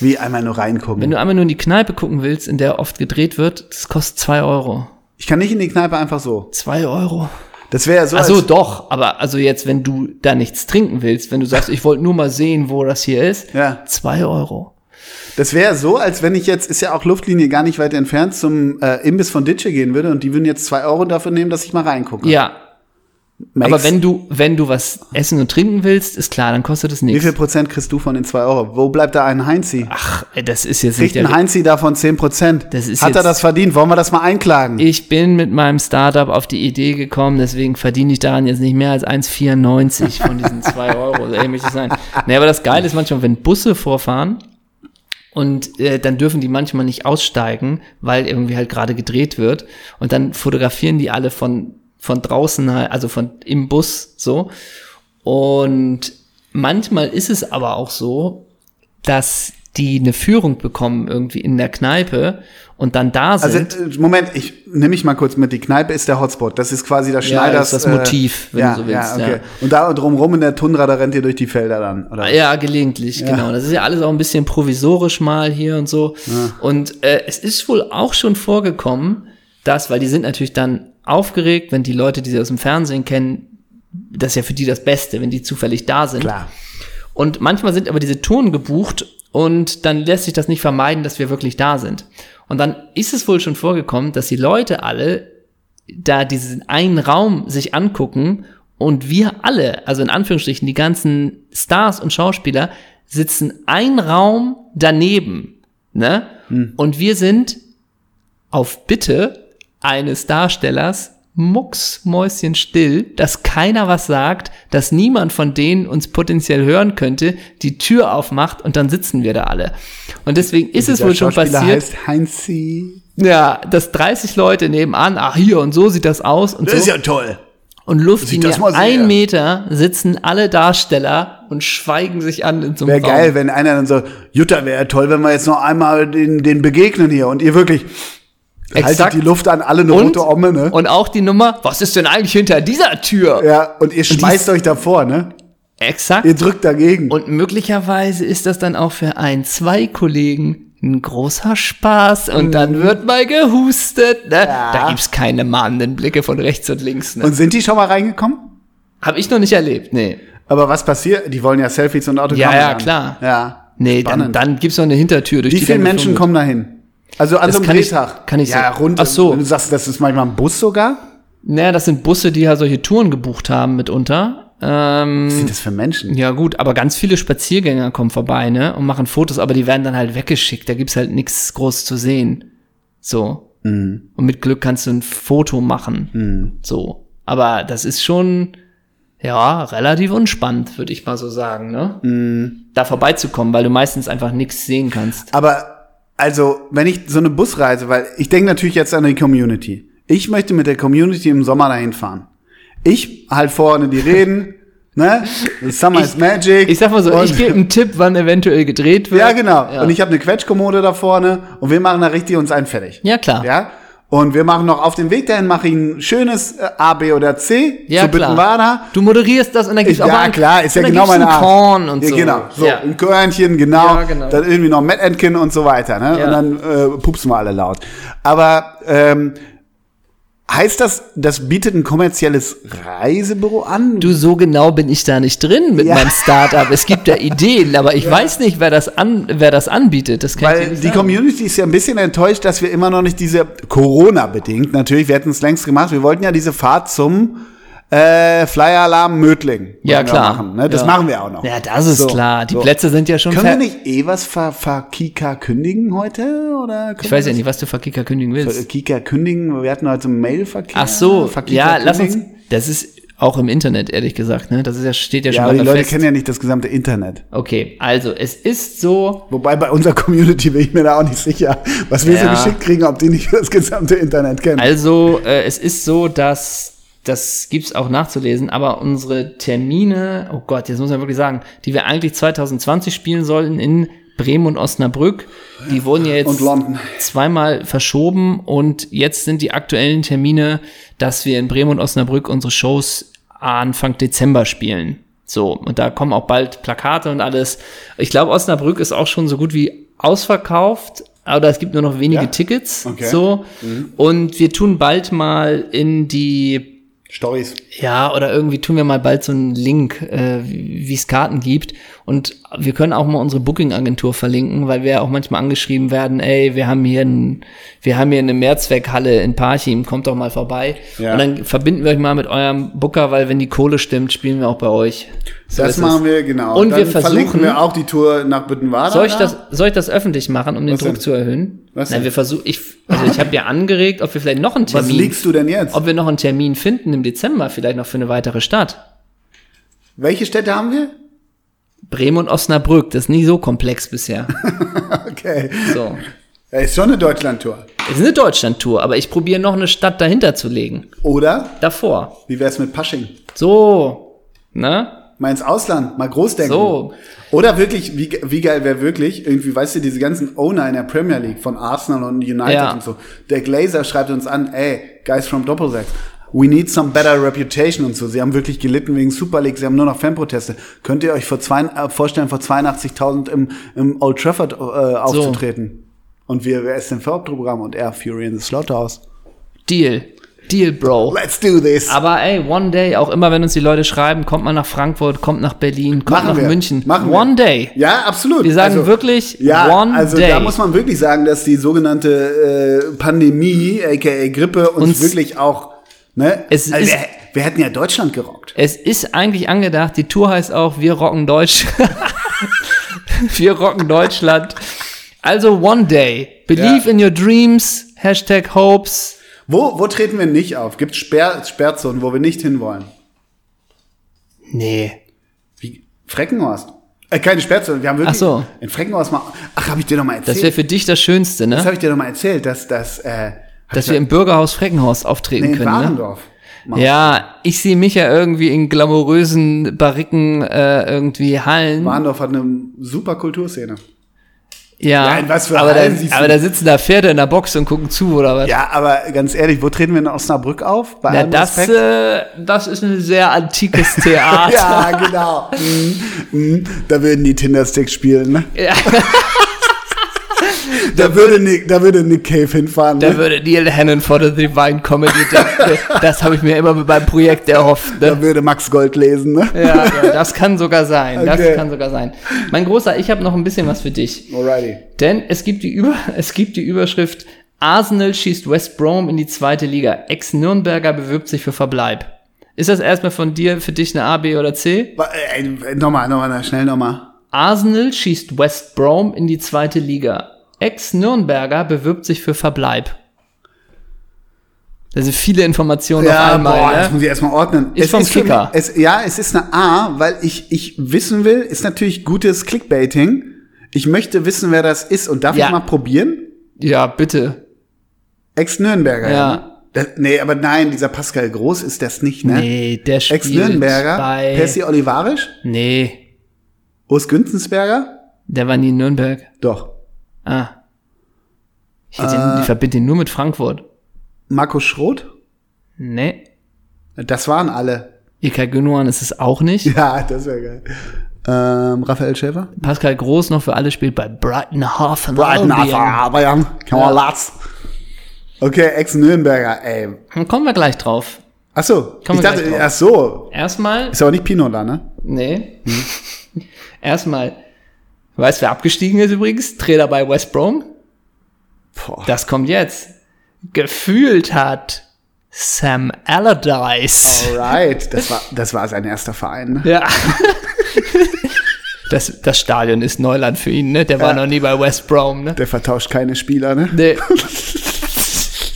Wie einmal nur reingucken. Wenn du einmal nur in die Kneipe gucken willst, in der oft gedreht wird, das kostet zwei Euro. ich kann nicht in die Kneipe einfach so. Zwei Euro. Das wäre ja so. Ach so, als- doch. Aber also jetzt, wenn du da nichts trinken willst, wenn du sagst, ich wollte nur mal sehen, wo das hier ist, Ja. zwei Euro. Das wäre so, als wenn ich jetzt, ist ja auch Luftlinie gar nicht weit entfernt, zum äh, Imbiss von Ditsche gehen würde und die würden jetzt zwei Euro dafür nehmen, dass ich mal reingucke. Ja. Max, Aber wenn du, wenn du was essen und trinken willst, ist klar, dann kostet es Wie viel nichts. Prozent kriegst du von den zwei Euro? Wo bleibt da ein Heinzi? Ach, ey, das ist jetzt Kriegt nicht ein der Heinzi davon 10 Prozent? Das ist Hat er jetzt- das verdient? Wollen wir das mal einklagen? Ich bin mit meinem Startup auf die Idee gekommen, deswegen verdiene ich daran jetzt nicht mehr als 1,94 von diesen 2 Euro. So ähnlich möchte sein. Nee, aber das Geile ist manchmal, wenn Busse vorfahren und äh, dann dürfen die manchmal nicht aussteigen, weil irgendwie halt gerade gedreht wird. Und dann fotografieren die alle von, von draußen, halt, also von im Bus so. Und manchmal ist es aber auch so, dass die eine Führung bekommen irgendwie in der Kneipe und dann da sind. also, äh, Moment, ich nehme mich mal kurz mit. Die Kneipe ist der Hotspot. Das ist quasi das Ja, Schneiders. äh, ist das Motiv, wenn ja, du so willst, Ja, okay. ja. Ah, Und da drumrum in der Tundra, da rennt ihr durch die Felder dann. Oder? Ja, gelegentlich, genau. Das ist ja alles auch ein bisschen provisorisch mal hier und so. Und äh, es ist wohl auch schon vorgekommen, dass, weil die sind natürlich dann aufgeregt, wenn die Leute, die sie aus dem Fernsehen kennen, das ist ja für die das Beste, wenn die zufällig da sind. Klar. Und manchmal sind aber diese Touren gebucht und dann lässt sich das nicht vermeiden, dass wir wirklich da sind. Und dann ist es wohl schon vorgekommen, dass die Leute alle da diesen einen Raum sich angucken und wir alle, also in Anführungsstrichen die ganzen Stars und Schauspieler, sitzen ein Raum daneben. Ne? Hm. Und wir sind auf Bitte eines Darstellers mucksmäuschenstill, dass keiner was sagt, dass niemand von denen uns potenziell hören könnte, die Tür aufmacht und dann sitzen wir da alle. Und deswegen ist es Dieser wohl schon Schauspieler passiert. heißt Heinzi. ja, dass 30 Leute nebenan, ach hier und so sieht das aus und Das ist so. ja toll. und Luftlinie das mal sehr. ein Meter sitzen alle Darsteller und schweigen sich an in so einem Wäre Raum. geil, wenn einer dann so, Jutta, wäre ja toll, wenn wir jetzt noch einmal den, den begegnen hier und ihr wirklich haltet Exakt. die Luft an, alle eine und, rote Omme, ne? und auch die Nummer, was ist denn eigentlich hinter dieser Tür? ja, und ihr schmeißt euch davor, ne? Exakt. Ihr drückt dagegen. Und möglicherweise ist das dann auch für ein, zwei Kollegen ein großer Spaß und dann wird mal gehustet. Ne? Mhm. Ja. Da gibt's keine mahnenden Blicke von rechts und links. Ne? und sind die schon mal reingekommen? Hab ich noch nicht erlebt, nee. Aber was passiert? Die wollen ja Selfies und Autogramme. Ja, ja, haben. klar. Ja. Nee, dann, Spannend. dann gibt's noch eine Hintertür. Durch Wie die viele dann Menschen geflogen kommen da hin? Also an Das so einem kann ich- Drehtag. kann ich ja, so- rund. um- Ach so. Du sagst, das ist manchmal ein Bus sogar? wird. Naja, das sind Busse, die ja solche Touren gebucht haben mitunter. Ähm, Was sind das für Menschen? Ja gut, aber ganz viele Spaziergänger kommen vorbei, ne? Und machen Fotos, aber die werden dann halt weggeschickt. Da gibt's halt nichts groß zu sehen. So. Und mit Glück kannst du ein Foto machen. So. Aber das ist schon, ja, relativ unspannend, würde ich mal so sagen, ne? Da vorbeizukommen, weil du meistens einfach nichts sehen kannst. Aber also, wenn ich so eine Busreise, weil ich denke natürlich jetzt an die Community. Ich möchte mit der Community im Sommer dahin fahren. Ich halt vorne die Reden, ne? Summer is Magic. Ich sag mal so, Und- ich gebe einen Tipp, wann eventuell gedreht wird. Ja, genau. Und ich habe eine Quetschkommode da vorne und wir machen da richtig uns einen fertig. Ja, klar. Ja. Und wir machen noch auf dem Weg dahin, mache ich ein schönes äh, A, B oder C ja, zu klar. Bittenwader. Du moderierst das und dann gibt's Ich, auch ja, mal ein- klar, ist ja und dann genau gibt's ein meine Art. Korn und ja, so. um Genau, so Ja. ein Körnchen, genau. Ja, genau. Dann irgendwie noch Matt Atkin und so weiter. Ne? Ja. Und dann äh, pupsen wir alle laut. Aber ähm, heißt das, das bietet ein kommerzielles Reisebüro an? Du, so genau bin ich da nicht drin mit Ja. meinem Startup. Es gibt da Ideen, aber ich weiß nicht, wer das, an, wer das anbietet. Das kann ich dir Weil nicht die sagen. Community ist ja ein bisschen enttäuscht, dass wir immer noch nicht diese Corona-bedingt natürlich, wir hätten es längst gemacht, wir wollten ja diese Fahrt zum äh, Flyer Alarm Mödling. Ja, wollen wir klar. Machen, ne? Das Ja. machen wir auch noch. Ja, das ist So, klar. Die so. Plätze sind ja schon Können wir fertig. nicht eh was ver, ver Kika kündigen heute? Oder Ich weiß ja nicht, was du für Kicker kündigen willst. Kika kündigen, wir hatten heute Mailverkehr. Ach so, Ver Kika ja, lass uns. kündigen. Das ist auch im Internet, ehrlich gesagt. Ne? Das ist ja, steht ja schon Ja, mal aber die Leute fest. kennen ja nicht das gesamte Internet. Okay, also es ist so, Wobei bei unserer Community bin ich mir da auch nicht sicher, was wir so Ja. geschickt kriegen, ob die nicht das gesamte Internet kennen. Also, äh, es ist so, dass das gibt's auch nachzulesen, aber unsere Termine, oh Gott, jetzt muss man wirklich sagen, die wir eigentlich 2020 spielen sollten in Bremen und Osnabrück, die wurden ja jetzt Und London. zweimal verschoben und jetzt sind die aktuellen Termine, dass wir in Bremen und Osnabrück unsere Shows Anfang Dezember spielen. So, und da kommen auch bald Plakate und alles. Ich glaube, Osnabrück ist auch schon so gut wie ausverkauft, aber es gibt nur noch wenige Ja? Tickets. Okay. Mhm. So. Und wir tun bald mal in die, Stories. ja, oder irgendwie tun wir mal bald so einen Link, äh, wie es Karten gibt. Und wir können auch mal unsere Booking-Agentur verlinken, weil wir auch manchmal angeschrieben werden, ey, wir haben hier, ein, wir haben hier eine Mehrzweckhalle in Parchim, kommt doch mal vorbei. Ja. Und dann verbinden wir euch mal mit eurem Booker, weil wenn die Kohle stimmt, spielen wir auch bei euch. So das ist es. machen wir, genau. Und Dann wir versuchen- verlinken wir auch die Tour nach Büttenwader. Soll ich, das, soll ich das öffentlich machen, um den Was Druck denn? zu erhöhen? Was Nein, denn? wir versuchen, ich, also ich habe ja angeregt, ob wir vielleicht noch einen Termin. Was liegst du denn jetzt? ob wir noch einen Termin finden im Dezember, vielleicht noch für eine weitere Stadt. Welche Städte haben wir? Bremen und Osnabrück, das ist nie so komplex bisher. Okay. So. Ja, Ist schon eine Deutschlandtour. Es ist eine Deutschland-Tour, aber ich probiere noch eine Stadt dahinter zu legen. Oder? Davor. Wie wär's mit Pasching? So. Ne? Mal ins Ausland, mal großdenken. So. Oder wirklich, wie, ge- wie geil wäre wirklich, irgendwie, weißt du, diese ganzen Owner in der Premier League von Arsenal und United Ja. und so. Der Glazer schreibt uns an, ey, guys from Doppelsex, we need some better reputation und so. Sie haben wirklich gelitten wegen Super League, sie haben nur noch Fanproteste. Könnt ihr euch vor zwei, äh, vorstellen, vor 82.000 im, im Old Trafford äh, aufzutreten? Und wir, wer ist denn für Hauptprogramm? Und er, Fury in the Slaughterhouse. Deal. Deal, Bro. Let's do this! Oh. Aber ey, one day, auch immer wenn uns die Leute schreiben, kommt mal nach Frankfurt, kommt nach Berlin, kommt nach München. Machen one wir. day. Ja, absolut. Also, Wir sagen wirklich ja, one also day. da muss man wirklich sagen, dass die sogenannte äh, Pandemie, aka Grippe, uns, Uns- wirklich auch, ne? Es also ist- wir, wir hätten ja Deutschland gerockt. Es ist eigentlich angedacht, die Tour heißt auch Wir rocken Deutsch. Wir rocken Deutschland. Also One Day. Believe Ja. in your dreams. Hashtag Hopes. Wo, wo treten wir nicht auf? Gibt es Sperr, Sperrzonen, wo wir nicht hinwollen? Nee. Wie Freckenhorst. Äh, keine Sperrzone, wir haben wirklich Ach so. in Frankenhaus mal. Ach, habe ich dir noch mal Das wäre erzählt? für dich das Schönste, Das, ne? habe ich dir noch mal erzählt, dass das äh, hab Dass ich wir im Bürgerhaus Freckenhaus auftreten in können, ne? Warendorf. machen. Ja, ich sehe mich ja irgendwie in glamourösen Barriken äh, irgendwie Hallen. Warendorf hat eine super Kulturszene. Ja, Ja, in was für aber, Hallen siehst da, du- aber da sitzen da Pferde in der Box und gucken zu, oder was? Ja, aber ganz ehrlich, wo treten wir in Osnabrück auf? Bei Na, allem das, Respekt? äh, das ist ein sehr antikes Theater. ja, genau. Mhm. Mhm. Da würden die Tindersticks spielen, ne? Ja. Da würde Nick, da würde Nick Cave hinfahren. Da Ne? würde Neil Hannon von der Divine Comedy, das, das habe ich mir immer beim Projekt erhofft. Da Ne? würde Max Gold lesen, ne? Ja, ja, das kann sogar sein. Das Okay. kann sogar sein. Mein Großer, ich habe noch ein bisschen was für dich. Alrighty. Denn es gibt die, Über es gibt die Überschrift Arsenal schießt West Brom in die zweite Liga. Ex-Nürnberger bewirbt sich für Verbleib. Ist das erstmal von dir, für dich eine A, B oder C? Wa- äh, äh, Nochmal, nochmal, na, schnell nochmal. Arsenal schießt West Brom in die zweite Liga. Ex-Nürnberger bewirbt sich für Verbleib. Da sind viele Informationen auf einmal. boah, ne? das muss ich erstmal ordnen. Ist vom für Kicker. Mich, es, ja, es ist eine A, weil ich, ich wissen will, ist natürlich gutes Clickbaiting. Ich möchte wissen, wer das ist. Und darf Ja. ich mal probieren? Ja, bitte. Ex-Nürnberger. Ja. ne? Das, nee, aber nein, dieser Pascal Groß ist das nicht, ne? Nee, der spielt Ex-Nürnberger. Percy bei... Olivarisch? Nee, Urs Günzensberger? der war nie in Nürnberg. Doch. Ah. Ich Äh. hätte ihn, ich verbinde ihn nur mit Frankfurt. Markus Schroth? Nee. Das waren alle. Ilkay Gündogan ist es auch nicht. Ja, das wäre geil. Ähm, Raphael Schäfer? Pascal Groß noch für alle spielt bei Brighton Half Brighton Albion. Bayern. Kann man Latz. Okay, Ex-Nürnberger, ey. Dann kommen wir gleich drauf. Ach so, Kommen ich wir gleich dachte, drauf. ach so. Erstmal... Ist aber nicht Pinot da, ne? Nee. Erstmal... Weißt du, wer abgestiegen ist übrigens? Trainer bei West Brom? Boah. Das kommt jetzt. Gefühlt hat Sam Allardyce... Alright, das war, das war sein erster Verein. Ne? Ja. Das, das Stadion ist Neuland für ihn, ne? Der war noch nie bei West Brom, ne? Der vertauscht keine Spieler, ne? Nee.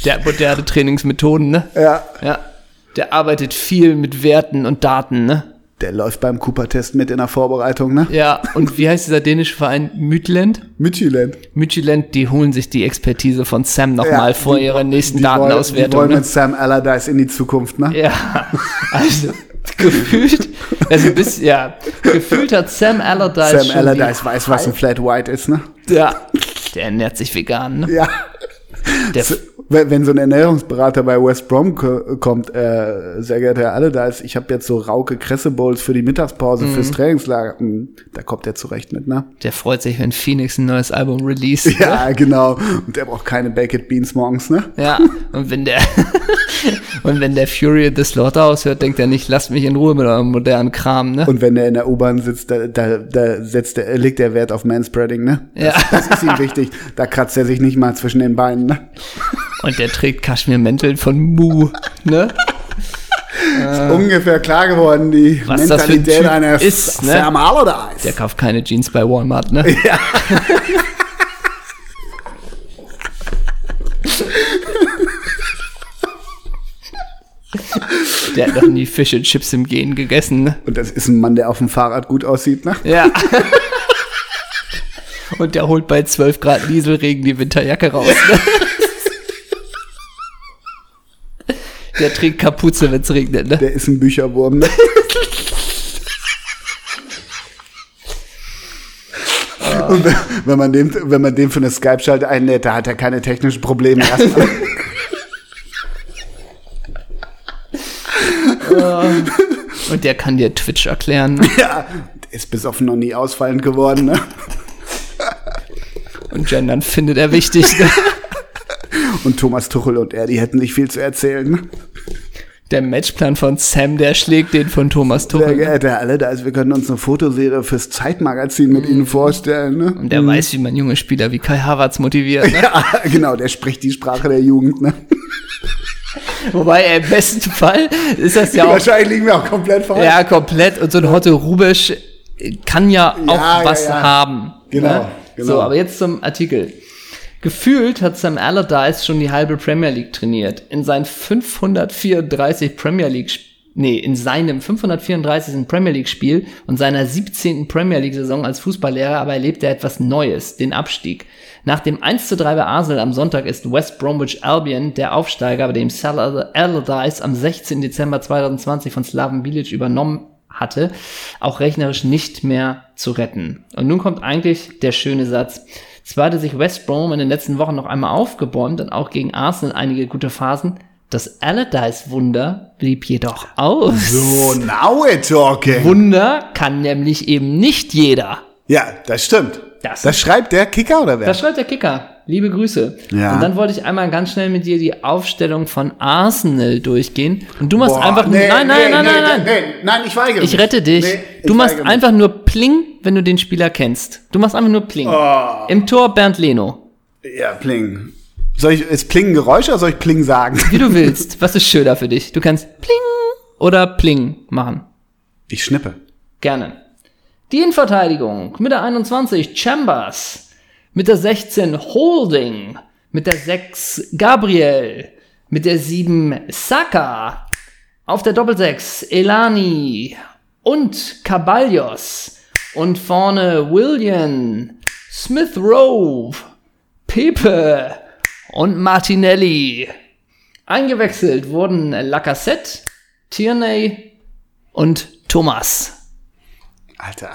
Der hat moderne Trainingsmethoden, ne? Ja. Ja. Der arbeitet viel mit Werten und Daten, ne? Der läuft beim Cooper-Test mit in der Vorbereitung, ne? Ja, und wie heißt dieser dänische Verein? Midland? Mütterland. Midland, die holen sich die Expertise von Sam nochmal Ja, mal vor die- ihrer nächsten Die wollen, die Datenauswertung. wollen ne? mit Sam Allardyce in die Zukunft, ne? Ja, also gefühlt, also bis, ja, gefühlt hat Sam Allardyce schon Sam die Allardyce weiß, was ein Flat White ist, ne? Ja. Der ernährt sich vegan, ne? Ja. Der, So, Wenn wenn so ein Ernährungsberater bei West Brom ko- kommt, äh, sehr geehrter Herr Allardyce, ich habe jetzt so rauke Kresse-Bowls für die Mittagspause, Mhm. fürs Trainingslager. Hm, Da kommt er zurecht mit, ne? der freut sich, wenn Phoenix ein neues Album ne? release. Ja, genau. Und der braucht keine Baked Beans morgens, ne? Ja, und wenn der und wenn der Fury at the Slaughterhouse hört, denkt er nicht, lasst mich in Ruhe mit eurem modernen Kram, ne? Und wenn er in der U-Bahn sitzt, da, da, da setzt er, legt er Wert auf Manspreading, ne? Das, Ja. das ist ihm wichtig. Da kratzt er sich nicht mal zwischen den Beinen, ne? Und der trägt Kaschmirmäntel von Mu, ne? Ist ungefähr klar geworden, die Äh. Was das für ein Mentalität Typ eines ist, ne? Sam Allardyce. Der kauft keine Jeans bei Walmart, ne? Der hat noch nie Fish and Chips im Gehen gegessen, ne? Und das ist ein Mann, der auf dem Fahrrad gut aussieht, ne? Ja. Und der holt bei 12 Grad Nieselregen die Winterjacke raus. Ne? Der trägt Kapuze, wenn es regnet. Ne? Der ist ein Bücherwurm, ne? Und wenn- wenn man, dem, wenn man dem für eine Skype-Schalte einnäht, da hat er keine technischen Probleme. Erstmal. Und der kann dir Twitch erklären. ja, ist bis offen noch nie ausfallend geworden. Ne? Und Gendern findet er wichtig. Ne? Und Thomas Tuchel und er, die hätten nicht viel zu erzählen. ne? Der Matchplan von Sam, der schlägt den von Thomas Sehr Tuchel. ne? geehrter alle, da ist, wir können uns eine Fotoserie fürs Zeitmagazin mit Ihnen vorstellen. Ne? Und der weiß, wie man junge Spieler wie Kai Havertz motiviert. Ne? Ja, genau, der spricht die Sprache der Jugend. Ne? Wobei, er im besten Fall ist das ja auch Wahrscheinlich liegen wir auch komplett falsch. Ja, komplett. Und so ein Hotte Rubisch kann ja auch ja, was ja. haben. Genau, genau. Ne? So, aber jetzt zum Artikel. Gefühlt hat Sam Allardyce schon die halbe Premier League trainiert. In seinen 534 Premier League nee, in seinem 534. Premier League-Spiel und seiner 17. Premier League-Saison als Fußballlehrer aber erlebt er etwas Neues, den Abstieg. Nach dem 1 zu 3 bei Arsenal am Sonntag ist West Bromwich Albion, der Aufsteiger, bei dem Sal Allardyce am 16. Dezember 2020 von Slaven Bilic übernommen hatte, auch rechnerisch nicht mehr zu retten. Und nun kommt eigentlich der schöne Satz. Zwar hatte sich West Brom in den letzten Wochen noch einmal aufgebäumt und auch gegen Arsenal einige gute Phasen, das Allardyce-Wunder blieb jedoch aus. So, now we're talking. Wunder kann nämlich eben nicht jeder. Ja, das stimmt. Das- das schreibt der Kicker oder wer? Das schreibt der Kicker. Liebe Grüße. Ja. Und dann wollte ich einmal ganz schnell mit dir die Aufstellung von Arsenal durchgehen. Und du machst Boah, einfach nur. nee, nein, nein, nee, nein, nee, nein, nein. nee, nee, nein, ich weigere Ich mich. rette dich. Nee, ich du machst weigere mich. einfach nur Pling, wenn du den Spieler kennst. Du machst einfach nur Pling. Oh. Im Tor Bernd Leno. Ja, Pling. Soll ich, ist Pling ein Geräusch oder soll ich Pling sagen? Wie du willst. Was ist schöner für dich? Du kannst Pling oder Pling machen. Ich schnippe. Gerne. Die Innenverteidigung mit der 21 Chambers, mit der 16 Holding, mit der 6 Gabriel, mit der 7 Saka, auf der Doppelsechs Elani und Caballos und vorne William, Smith Rowe, Pepe und Martinelli. Eingewechselt wurden Lacassette, Tierney und Thomas. Alter.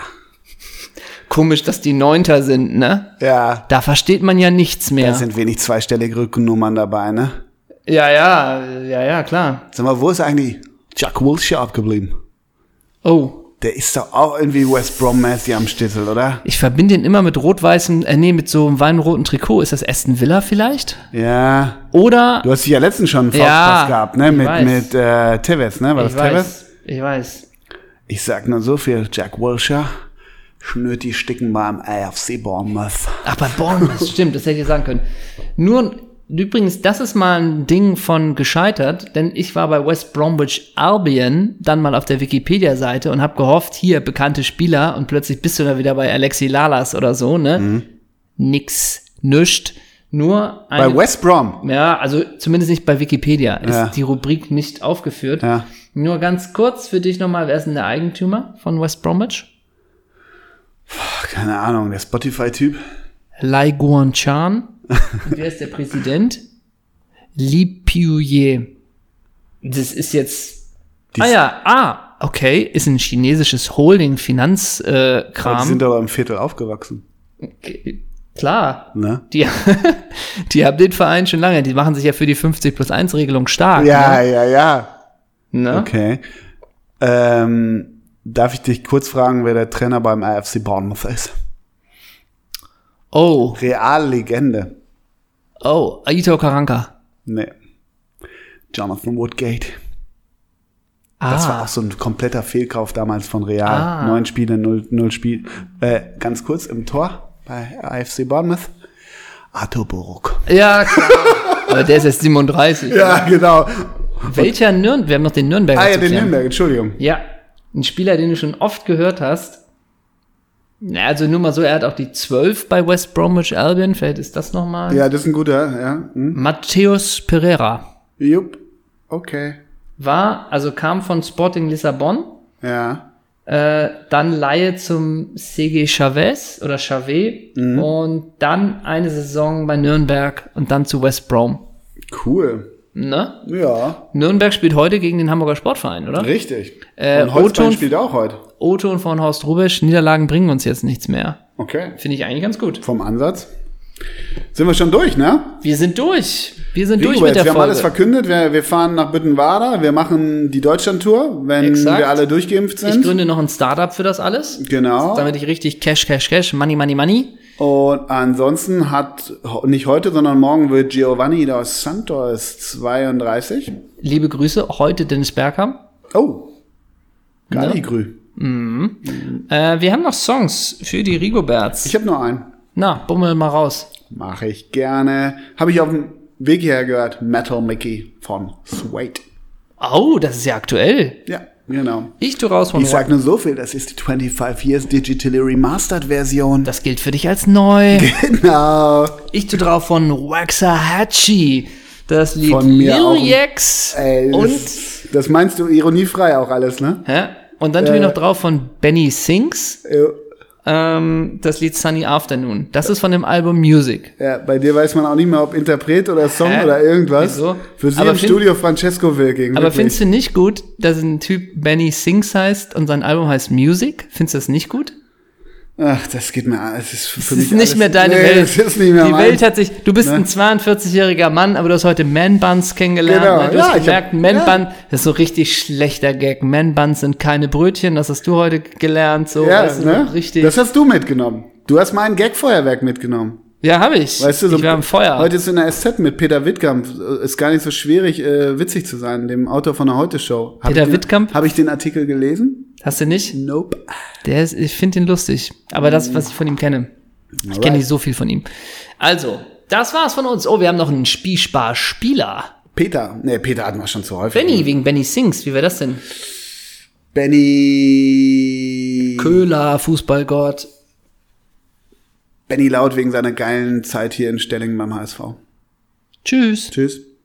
Komisch, dass die Neunter sind, ne? Ja, Da versteht man ja nichts da mehr. sind wenig zweistellige Rückennummern dabei, ne? Ja, ja, ja, ja, klar. Sag mal, wo ist eigentlich Jack Wilshere abgeblieben? Oh, Der ist doch auch irgendwie West Brom Messi am Stissel, oder? ich verbinde ihn immer mit rot-weißem, äh, nee, mit so einem weinroten Trikot. Ist das Aston Villa vielleicht? Ja. Oder, Du hast dich ja letztens schon einen Ja, Faustpass gehabt, ne? ich Mit, weiß. mit äh, Tevez, ne? War das ich Tevez? weiß, ich weiß. Ich sag nur so viel. Jack Wilshere schnürt die Sticken beim AFC Bournemouth. Ach, bei Bournemouth, stimmt, das hätte ich sagen können. Nur, übrigens, das ist mal ein Ding von gescheitert, denn ich war bei West Bromwich Albion dann mal auf der Wikipedia-Seite und habe gehofft, hier bekannte Spieler und plötzlich bist du da wieder bei Alexi Lalas oder so, ne? Nix, nüscht, nur Mhm. Bei West Brom. ja, also zumindest nicht bei Wikipedia ist Ja. die Rubrik nicht aufgeführt. Ja. Nur ganz kurz für dich nochmal, wer ist denn der Eigentümer von West Bromwich? Ach, keine Ahnung, der Spotify-Typ. Lai Guanchan. Und wer ist der Präsident? Li Piuye. Das ist jetzt. Die- ah ja, ah, okay, ist ein chinesisches Holding-Finanzkram. Äh, Aber Die Kram. sind aber im Viertel aufgewachsen, Äh, Klar. ne? Die, die haben den Verein schon lange. Die machen sich ja für die 50 plus 1 Regelung stark. Ja, ja, ja. Ne? Ne? Okay. Ähm, darf ich dich kurz fragen, wer der Trainer beim AFC Bournemouth ist? Oh, Reallegende. oh, Aito Karanka. Nee. Jonathan Woodgate. Ah, Das war auch so ein kompletter Fehlkauf damals von Real. Ah. Neun Spiele, null, null Spiel. Äh, ganz kurz im Tor bei AFC Bournemouth. Arthur Buruk. ja, klar. Aber der ist jetzt 37. Ja, genau. Welcher Nürnberg? Wir haben noch den Nürnberger. Ah ja, zu den klären. Nürnberg, Entschuldigung. Ja, ein Spieler, den du schon oft gehört hast. Na, also nur mal so, er hat auch die 12 bei West Bromwich Albion, vielleicht ist das nochmal. Ja, das ist ein guter, ja. Hm. Matthäus Pereira Jupp. Okay. war, also kam von Sporting Lissabon, Ja. äh, dann Laie zum CG Chavez oder Chavez und dann eine Saison bei Nürnberg und dann zu West Brom. Cool. Ne? Ja. Nürnberg spielt heute gegen den Hamburger Sportverein, oder? Richtig. Äh, Und Holstein Oton- spielt auch heute. Otto und von Horst Rubisch, Niederlagen bringen uns jetzt nichts mehr. Okay. Finde ich eigentlich ganz gut. Vom Ansatz. Sind wir schon durch, ne? Wir sind durch. Wir sind durch Rico, mit jetzt, der wir haben alles Folge. verkündet. Wir, wir fahren nach Büttenwader. Wir machen die Deutschlandtour, wenn Exakt. wir alle durchgeimpft Ich sind. gründe noch ein Startup für das alles, Genau. damit ich richtig Cash, Cash, Cash, Money, Money, Money. Und ansonsten hat, ho- nicht heute, sondern morgen wird Giovanni dos Santos 32. Liebe Grüße, heute Dennis Bergkamp. Oh. Galigrü. Äh, wir haben noch Songs für die Rigoberts. Ich habe nur einen. Na, bummel mal raus. Mache ich gerne. Habe ich auf dem Weg hierher gehört. Metal Mickey von Suede. Au, das ist ja aktuell. Ja, genau. Ich tue raus von Ich sag nur so viel, das ist die 25 Years Digitally Remastered Version. Das gilt für dich als neu. Genau. Ich tue drauf von Waxahachie. Das Lied Von mir Lil auch ein- Yex Ey, das und ist- Das meinst du ironiefrei auch alles, ne? Äh, Hä? Und dann tue ich noch drauf von Benny Sings, Jo. ähm, das Lied Sunny Afternoon. Das ist von dem Album Music. Ja, bei dir weiß man auch nicht mehr, ob Interpret oder Song Hä? oder irgendwas. Wieso? Für sie Aber im find- Studio Francesco will gegen. Aber findest du nicht gut, dass ein Typ Benny Sings heißt und sein Album heißt Music? Findest du das nicht gut? Ach, das geht mir. Es ist für Das mich ist nicht alles- mehr deine nee, Welt. Das ist nicht mehr Die mein- Ne? Welt hat sich, du bist ein 42-jähriger Mann, aber du hast heute Man-Buns kennengelernt. Genau, ne? Du ja, hast ich gemerkt, hab- Man-Bun, das ist so richtig schlechter Gag. Man-Buns sind keine Brötchen, das hast du heute gelernt, so, Ja, weißt du, ne? richtig. Das hast du mitgenommen. Du hast mein Gag-Feuerwerk mitgenommen. ja, habe ich. Weißt du, so ich war im Feuer. Heute ist in der SZ mit Peter Wittkamp. Äh, Ist gar nicht so schwierig, äh, witzig zu sein, dem Autor von der Heute-Show. Hab Peter ich den- Wittkamp? Habe ich den Artikel gelesen? hast du nicht? Nope. Der ist, ich finde den lustig. Aber das, was ich von ihm kenne. Ich kenne nicht so viel von ihm. Also, das war's von uns. Oh, wir haben noch einen Spielspar-Spieler. Peter. Nee, Peter hatten wir schon zu häufig. Benny, wegen Benny Sings. Wie wäre das denn? Benny. Köhler, Fußballgott. Benny Laut wegen seiner geilen Zeit hier in Stellingen beim HSV. Tschüss. Tschüss.